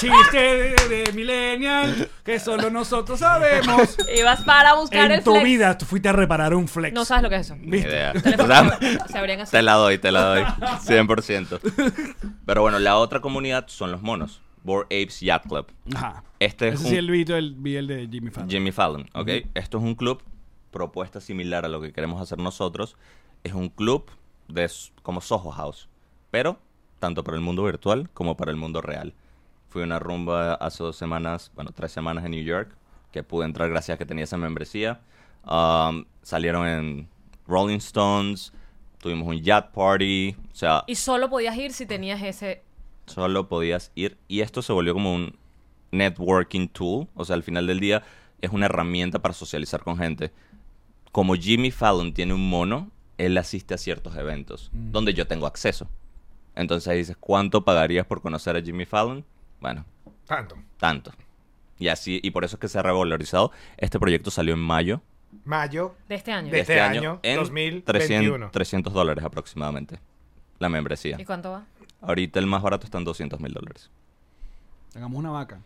S2: Chiste de, de Millennial que solo nosotros sabemos.
S3: Y vas para buscar
S2: en
S3: el
S2: tu
S3: flex.
S2: vida tú fuiste a reparar un flex.
S3: No sabes lo que es eso.
S6: Ni idea.
S3: Teléfono
S6: O sea,
S3: nuevo, se abrían así.
S6: Te la doy, te la doy. 100%. Pero bueno, la otra comunidad son los monos. Bored Apes Yacht Club.
S2: Ajá.
S6: Este es
S2: Ese
S6: un
S2: sí el vi el, vi el de Jimmy Fallon.
S6: Jimmy Fallon, ¿ok? Esto es un club, propuesta similar a lo que queremos hacer nosotros. Es un club de, s- como Soho House, pero tanto para el mundo virtual como para el mundo real. Fui a una rumba hace dos semanas, bueno, tres semanas en New York, que pude entrar gracias a que tenía esa membresía. Um, salieron en Rolling Stones, tuvimos un yacht party, o sea,
S3: Y solo podías ir si tenías ese.
S6: solo podías ir y esto se volvió como un networking tool, o sea, al final del día es una herramienta para socializar con gente. Como Jimmy Fallon tiene un mono, él asiste a ciertos eventos
S1: Mm.
S6: donde yo tengo acceso. Entonces ahí dices, ¿cuánto pagarías por conocer a Jimmy Fallon? Bueno,
S1: Tanto.
S6: tanto. Y así y por eso es que se ha revalorizado. Este proyecto salió en mayo
S1: Mayo.
S3: de este año.
S1: De- Este año,
S6: en
S1: 2021.
S6: 300, 300 dólares aproximadamente la membresía.
S3: ¿Y cuánto va?
S6: Ahorita el más barato está en 200 mil dólares.
S2: Hagamos una vaca.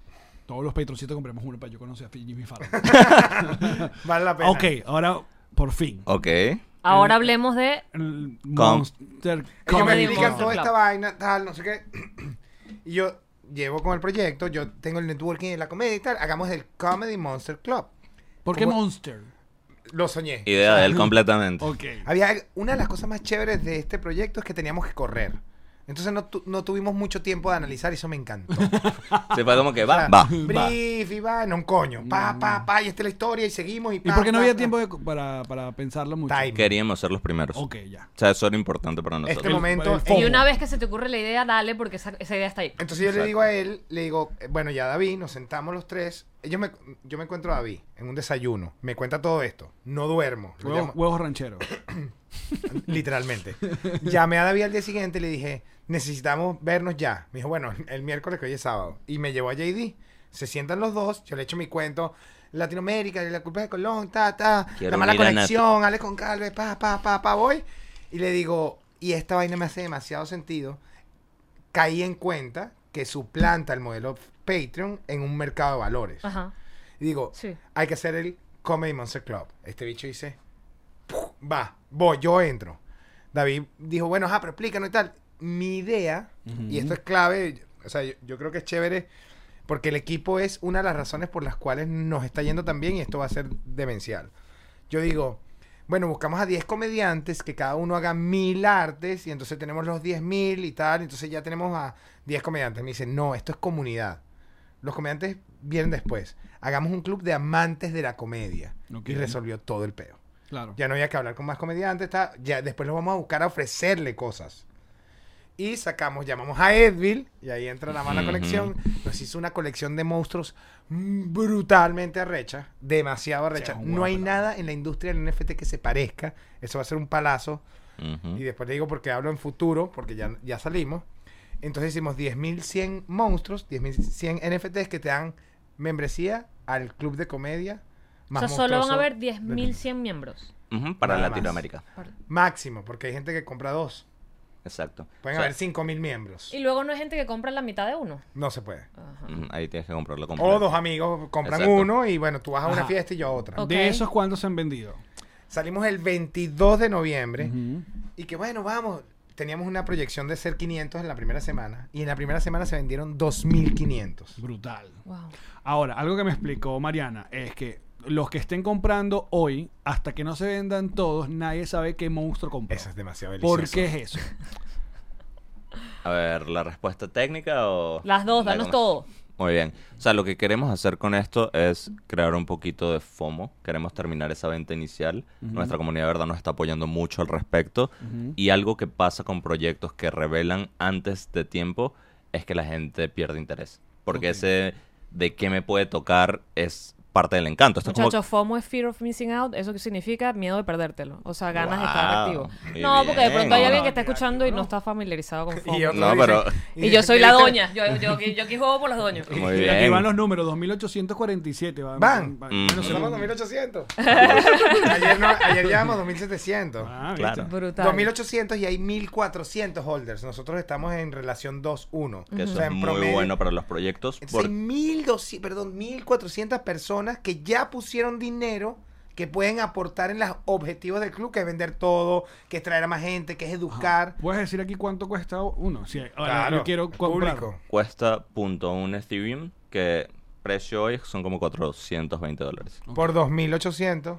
S2: Todos los patroncitos compremos uno para yo conocer a Jimmy Fallon.
S1: Vale la pena.
S2: ok, ahora por fin.
S6: Ok.
S3: Ahora hablemos de.
S2: El
S6: Con-
S2: Monster
S1: Es que me
S2: Comedy
S1: explican
S2: Club.
S1: toda
S3: Club.
S1: esta vaina, tal, no sé qué. Y yo llevo con el proyecto, yo tengo el networking de la comedia y tal. Hagamos el Comedy Monster Club.
S2: ¿Por qué
S1: ¿Cómo?
S2: Monster?
S1: Lo soñé.
S6: Idea de él completamente.
S2: Ok.
S1: Había una de las cosas más chéveres de este proyecto es que teníamos que correr. Entonces no, tu- no tuvimos mucho tiempo de analizar y eso me encantó.
S6: Se fue como que
S1: O
S6: va,
S1: sea,
S6: va.
S1: Brief y va, no un coño. Pa, pa, pa, y esta es la historia y seguimos y
S2: Mm. ¿Y
S1: pa,
S2: por qué no
S1: pa,
S2: había
S1: pa.
S2: tiempo de- para, para pensarlo mucho?
S1: Time.
S6: Queríamos ser los primeros.
S2: Ok, ya.
S6: O sea, eso era importante para
S1: Este
S6: nosotros.
S1: momento.
S2: el
S1: eh,
S2: foco.
S3: Y una vez que se te ocurre la idea, dale, porque esa, esa idea está ahí.
S1: Entonces yo le digo a él, le digo, eh, bueno, ya David, nos sentamos los tres. Yo me, yo me encuentro a David en un desayuno. Me cuenta todo esto. No duermo. Lo
S2: Huevos,
S1: llamo-
S2: huevos rancheros.
S1: Literalmente. Llamé a David al día siguiente y le dije, necesitamos vernos ya. Me dijo, bueno, el miércoles que hoy es sábado. Y me llevó a JD. Se sientan los dos, yo le echo mi cuento. Latinoamérica, la culpa de Colón, ta, ta.
S6: Quiero
S1: la mala
S6: unir a Nat.
S1: conexión, Ale con Calve, pa, pa, pa, pa, voy. Y le digo, y esta vaina me hace demasiado sentido. Caí en cuenta que suplanta el modelo Patreon en un mercado de valores.
S3: Ajá.
S1: Y digo,
S3: Sí.
S1: hay que hacer el Comedy Monster Club. Este bicho dice, "Puf, va, voy, yo entro. David dijo, bueno, ajá, pero explícanos y tal. Mi idea, y esto es clave, o sea, yo, yo creo que es chévere, porque el equipo es una de las razones por las cuales nos está yendo tan bien y esto va a ser demencial. Yo digo, bueno, buscamos a 10 comediantes que cada uno haga mil artes y entonces tenemos los 10 mil y tal, entonces ya tenemos a 10 comediantes. Me dicen, no, esto es comunidad. Los comediantes vienen después. Hagamos un club de amantes de la comedia.
S7: Ok.
S1: Y resolvió todo el peo.
S7: Claro.
S1: Ya no había que hablar con más comediantes. ta- Ya después los vamos a buscar a ofrecerle cosas. Y sacamos, llamamos a Edville, y ahí entra la mala
S6: Ujú.
S1: conexión. Nos hizo una colección de monstruos brutalmente arrecha, demasiado arrecha.
S7: Sí, es un
S1: no
S7: buen
S1: hay
S7: pelado.
S1: nada en la industria del NFT que se parezca. Eso va a ser un palazo.
S6: Ujú.
S1: Y después le digo porque hablo en futuro, porque ya, ya salimos. Entonces hicimos 10.100 monstruos, 10.100 NFTs que te dan membresía al club de comedia.
S3: O
S1: Más
S3: sea, solo van a
S1: monstruoso
S3: haber
S1: del mundo.
S3: 10.100 miembros.
S6: Ujú, Para
S1: Nada más.
S6: Latinoamérica.
S1: Máximo, porque hay gente que compra dos.
S6: Exacto.
S1: Pueden
S6: O sea,
S1: haber 5.000 miembros.
S3: Y luego no hay gente que compra la mitad de uno.
S1: No se puede.
S3: Ajá.
S6: ujú, Ahí tienes que comprarlo completo.
S1: O dos amigos compran
S6: Exacto.
S1: uno y bueno, tú vas a una
S7: Ajá.
S1: fiesta y yo a otra.
S3: Ok.
S7: ¿De esos cuántos se han vendido?
S1: Salimos el 22 de noviembre y que bueno, vamos. Teníamos una proyección de ser 500 en la primera semana y en la primera semana se vendieron 2.500.
S7: Brutal.
S3: Wow.
S7: Ahora, algo que me explicó Mariana es que los que estén comprando hoy, hasta que no se vendan todos, nadie sabe qué monstruo compró.
S1: Eso es demasiado delicioso.
S7: ¿Por qué es eso?
S6: A ver, ¿la respuesta técnica o...?
S3: Las dos,
S6: la
S3: danos
S6: que-
S3: todo.
S6: Muy bien. O sea, lo que queremos hacer con esto es crear un poquito de FOMO. Queremos terminar esa venta inicial. Nuestra comunidad de verdad nos está apoyando mucho al respecto. Y algo que pasa con proyectos que revelan antes de tiempo es que la gente pierde interés. Porque ese de qué me puede tocar es parte del encanto. Esto es como-
S3: Muchachos, FOMO es fear of missing out. Eso que significa miedo de perdértelo. O sea, ganas de estar
S6: Wow,
S3: activo.
S6: muy
S3: No, porque de
S6: bien.
S3: pronto hay
S6: No,
S3: alguien
S1: no,
S3: que está
S1: mira,
S3: escuchando y
S1: yo
S3: no
S1: no.
S3: está familiarizado con FOMO.
S1: Y otro
S6: No,
S1: dice-
S6: pero-
S3: Y yo soy la
S1: dice-
S3: doña. Yo, yo, yo, yo aquí juego por las doñas.
S6: Muy
S7: Y aquí
S6: bien.
S7: van los números, 2847. Van.
S1: Van.
S6: Mm.
S1: Estamos
S7: Menos segundo.
S1: en 2800. ayer, no, ayer llevamos 2700.
S7: Ah, ¿viste?
S6: Claro.
S3: Brutal.
S1: 2800 y hay 1400 holders. Nosotros estamos en relación 2-1.
S6: Que eso
S1: O sea,
S6: es
S1: en
S6: muy
S1: promedio-
S6: bueno para los proyectos.
S1: Entonces
S6: Porque...
S1: hay 1200, perdón, 1400 personas que ya pusieron dinero que pueden aportar en los objetivos del club, que es vender todo, que es traer a más gente, que es educar.
S7: ¿Puedes decir aquí cuánto cuesta uno? Si ahora
S1: Claro,
S7: yo quiero
S1: el
S7: comprar.
S1: público.
S6: Cuesta punto un Ethereum que precio hoy son como 420 dólares.
S1: Por 2800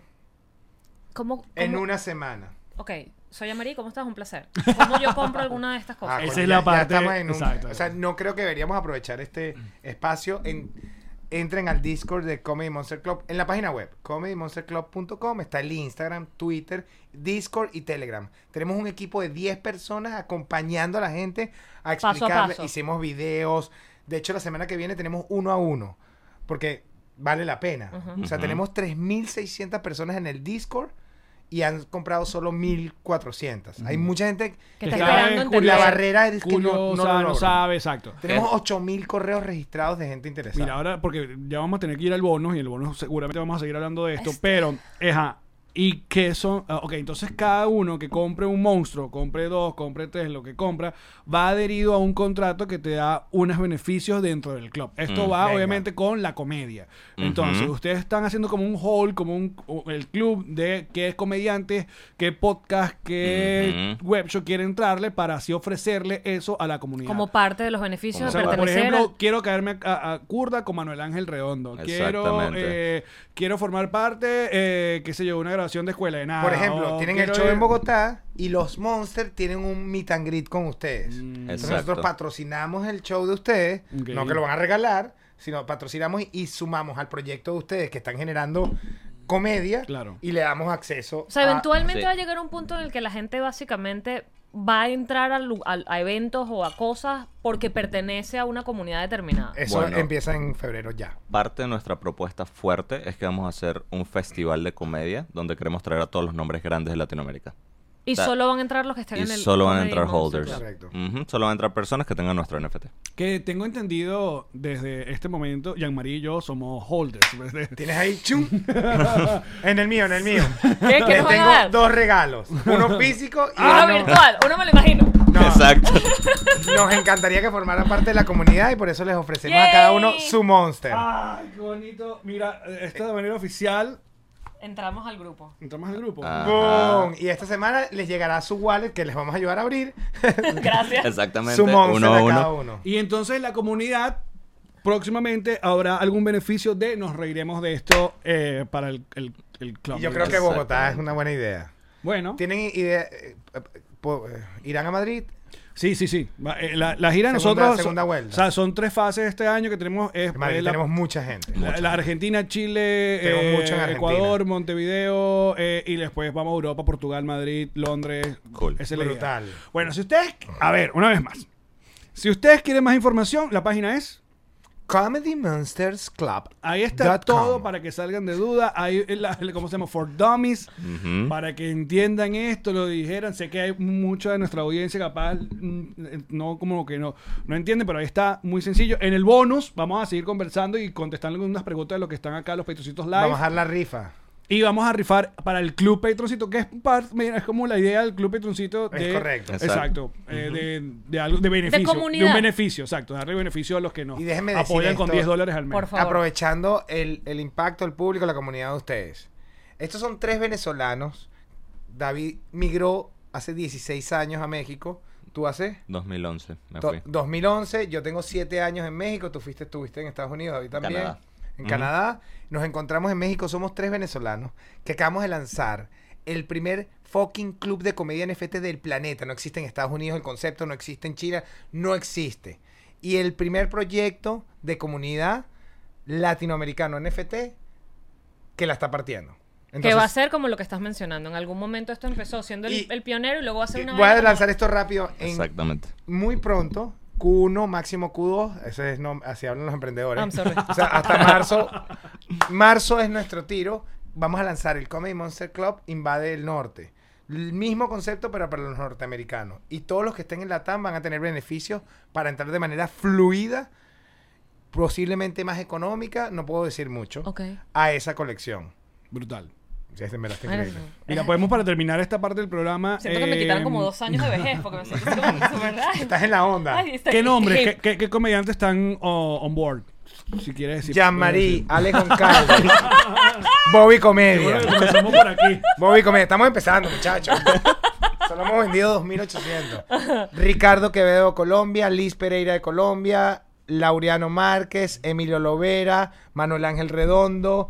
S3: ¿Cómo, cómo?
S1: en una semana.
S3: Ok, soy Amari, ¿cómo estás? Un placer. ¿Cómo yo compro alguna de estas
S1: Ah,
S3: cosas?
S7: Esa
S1: coño,
S7: es la
S1: ya- ya
S7: parte-
S1: estamos en un-
S7: exacto. Mm.
S1: o sea, no creo que deberíamos aprovechar este espacio. En, entren al Discord de Comedy Monster Club. En la página web, comedymonsterclub.com, está el Instagram, Twitter, Discord y Telegram. Tenemos un equipo de 10 personas acompañando a la gente a
S3: Paso a
S1: explicarle.
S3: paso.
S1: Hicimos videos. De hecho, la semana que viene tenemos uno a uno. Porque vale la pena. O sea,
S6: Ujú.
S1: tenemos 3.600 personas en el Discord. Y han comprado solo 1.400. Hay mucha gente
S3: Que está
S7: Que
S3: esperando
S7: sabe,
S3: entender.
S1: la barrera es que
S7: Curiosa,
S1: no, no
S7: no,
S1: lo logro.
S7: sabe, exacto.
S1: Tenemos 8000 correos registrados de gente interesada.
S7: Mira, ahora, porque ya vamos a tener que ir al bonus y el bonus seguramente vamos a seguir hablando de esto,
S6: Este.
S7: pero, eja, y que son, ah, ok, entonces cada uno que compre un monstruo, compre dos, compre tres, lo que compra, va adherido a un contrato que te da unos beneficios dentro del club. Esto
S6: Mm.
S7: va
S1: Venga.
S7: obviamente con la comedia. Entonces,
S6: Ujú.
S7: ustedes están haciendo como un hall, como un, o- el club de qué es comediante, qué podcast, qué
S6: Ujú.
S7: web show quiere entrarle para así ofrecerle eso a la comunidad.
S3: Como parte de los beneficios
S7: O
S3: de
S7: sea, por
S3: pertenecer
S7: ejemplo,
S3: al-
S7: quiero caerme a, a Kurda con Manuel Ángel Redondo. Quiero,
S6: Exactamente.
S7: eh, quiero formar parte, eh, qué sé yo, de una grabación de escuela de nada.
S1: Por ejemplo,
S7: o
S1: tienen el
S7: quiero
S1: show
S7: ir-
S1: en Bogotá y los Monsters tienen un meet and greet con ustedes. Entonces
S6: Exacto.
S1: nosotros patrocinamos el show de ustedes,
S7: Mm, Ok.
S1: no que lo van a regalar, sino patrocinamos y sumamos al proyecto de ustedes que están generando comedia
S7: Claro.
S1: y le damos acceso.
S3: O sea,
S1: a-
S3: eventualmente
S6: Sí.
S3: va a llegar un punto en el que la gente básicamente va a entrar a, lu- a- a eventos o a cosas porque pertenece a una comunidad determinada.
S1: Eso
S6: Bueno.
S1: empieza en febrero ya.
S6: Parte de nuestra propuesta fuerte es que vamos a hacer un festival de comedia donde queremos traer a todos los nombres grandes de Latinoamérica.
S3: Y
S6: sea,
S3: solo van a entrar los que están
S6: Y
S3: en el.
S6: solo van a
S3: Comedy
S6: entrar
S3: Monster
S6: holders.
S3: Club.
S1: Correcto.
S6: Ujú, Solo van a entrar personas que tengan nuestro NFT.
S2: Que tengo entendido desde este momento, Jean-Marie y yo somos holders.
S1: Tienes ahí, chum. en el mío, en el mío.
S3: ¿Qué, ¿Qué
S1: Les
S3: nos van
S1: tengo
S3: a dar?
S1: dos regalos. Uno físico y
S3: Ah,
S1: uno.
S3: virtual. Uno me lo imagino.
S1: No,
S6: Exacto.
S1: Nos encantaría que formaran parte de la comunidad y por eso les ofrecemos a
S3: Yay.
S1: cada uno su monster.
S2: ¡Ay, qué bonito! Mira, esta de manera oficial.
S3: Entramos al grupo.
S2: Entramos al grupo.
S6: Ah.
S1: Boom. Y esta semana les llegará su wallet que les vamos a ayudar a abrir.
S3: Gracias.
S6: Exactamente.
S1: su monster
S6: uno
S1: a
S6: a
S1: cada
S6: uno.
S1: uno.
S2: Y entonces la comunidad próximamente habrá algún beneficio de nos reiremos de esto eh, para el, el, el club.
S1: Y yo creo que Bogotá es una buena idea.
S2: Bueno,
S1: ¿Tienen idea? eh, eh, po- eh, ¿Irán a Madrid?
S2: sí, sí, sí. Va, eh, La, la gira
S1: Segunda-
S2: nosotros...
S1: segunda vuelta.
S2: O sea, son tres fases este año que tenemos. Es,
S1: En Madrid
S2: eh, la-
S1: tenemos mucha gente.
S2: La, la Argentina, Chile,
S1: Tenemos
S2: eh,
S1: mucho en Argentina.
S2: Ecuador, Montevideo eh, y después vamos a Europa, Portugal, Madrid, Londres.
S6: Cool.
S2: Esa es la idea.
S1: Brutal.
S2: Bueno, si ustedes, a ver, una vez más, si ustedes quieren más información, la página es.
S1: Comedy Monsters Club.
S2: Ahí está
S1: Dot com.
S2: todo para que salgan de duda. Ahí, la- ¿cómo se llama? For Dummies.
S6: Ujú.
S2: Para que entiendan esto, lo dijeran. Sé que hay mucha de nuestra audiencia capaz, mm, eh, no como que no, no entiende, pero ahí está muy sencillo. En el bonus vamos a seguir conversando y contestando algunas preguntas de lo que están acá, los petrocitos live.
S1: Vamos a dar la rifa.
S2: Y vamos a rifar para el Club Patroncito, que es, par- mira, es como la idea del Club Patroncito.
S1: Es
S2: De,
S1: correcto.
S2: Exacto. eh, de, de algo, de beneficio.
S3: comunidad.
S2: un beneficio, exacto. Darle beneficio a los que nos
S1: Y déjenme decir
S2: apoyan con
S1: esto.
S2: 10 dólares al mes.
S3: Por favor.
S1: Aprovechando el, el impacto del público, la comunidad de ustedes. Estos son tres venezolanos. David migró hace 16 años a México. ¿Tú hace?
S6: 2011 me
S1: to-
S6: fui.
S1: 2011. Yo tengo 7 años en México. Tú fuiste, estuviste en Estados Unidos, David también.
S6: Canadá.
S1: En
S6: Ujú.
S1: Canadá. Nos encontramos en México. Somos tres venezolanos que acabamos de lanzar el primer fucking club de comedia NFT del planeta. No existe en Estados Unidos el concepto, no existe en China, no existe. Y el primer proyecto de comunidad latinoamericano NFT que la está partiendo.
S3: que va a
S1: Entonces,
S3: ser como lo que estás mencionando. En algún momento esto empezó siendo el,
S1: Y-
S3: el pionero y luego va a ser una.
S1: Voy a
S3: vaina como-
S1: lanzar esto rápido. En
S6: Exactamente.
S1: muy pronto, Q1, máximo Q2, ese es nom- así hablan los emprendedores.
S3: I'm sorry.
S1: O sea, hasta marzo. Marzo es nuestro tiro. Vamos a lanzar el Comedy Monster Club Invade el Norte. El mismo concepto, pero para los norteamericanos. Y todos los que estén en la TAM van a tener beneficios para entrar de manera fluida, posiblemente más económica, no puedo decir mucho,
S3: Ok.
S1: a esa colección.
S2: Brutal.
S1: Ya se me la está
S3: Ay,
S1: increíble.
S2: Mira, podemos para terminar esta parte del programa.
S3: Siento que me quitaron como
S2: eh,
S3: dos años de vejez porque me siento como súper
S1: Estás en la onda.
S3: Ay, está-
S2: ¿Qué nombres?
S3: hip.
S2: ¿Qué, qué, qué comediantes están oh, on board? Si quieres decir.
S1: Jean-Marie, Alex Goncalves, Bobby Comedia.
S2: Bueno, comenzamos por aquí.
S1: Bobby Comedia, estamos empezando, muchachos. Solo hemos vendido 2.800. Ricardo Quevedo, Colombia. Liz Pereira de Colombia. Laureano Márquez. Emilio Lovera. Manuel Ángel Redondo.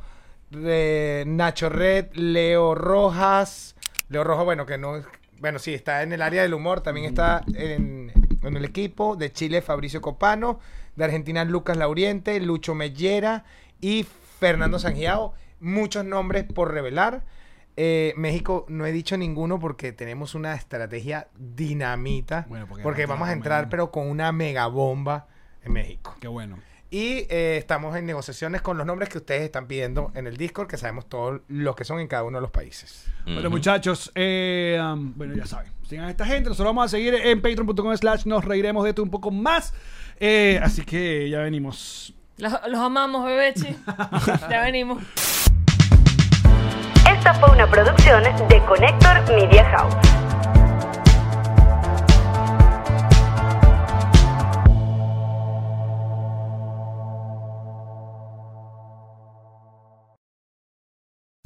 S1: eh, Nacho Red. Leo Rojas. Leo Rojas, bueno, que no. Bueno, sí, está en el área del humor. También está en, en el equipo. De Chile, Fabricio Copano. De Argentina, Lucas Lauriente. Lucho Mellera. Y Fernando Sangiao. Muchos nombres por revelar. Eh, México no he dicho ninguno porque tenemos una estrategia dinamita.
S2: Bueno, porque
S1: porque
S2: arranca
S1: vamos
S2: la
S1: a entrar,
S2: mañana.
S1: pero con una mega bomba en México.
S2: Qué bueno.
S1: Y eh, estamos en negociaciones con los nombres que ustedes están pidiendo en el Discord, que sabemos todos los que son en cada uno de los países.
S2: Bueno,
S6: Ujú.
S2: muchachos, eh, um, bueno, ya saben, sigan a esta gente. Nosotros vamos a seguir en patreon.com slash nos reiremos de esto un poco más. Eh, así que ya venimos.
S3: Los, los amamos, bebechi. ya venimos.
S4: Esta fue una producción de Connector Media House.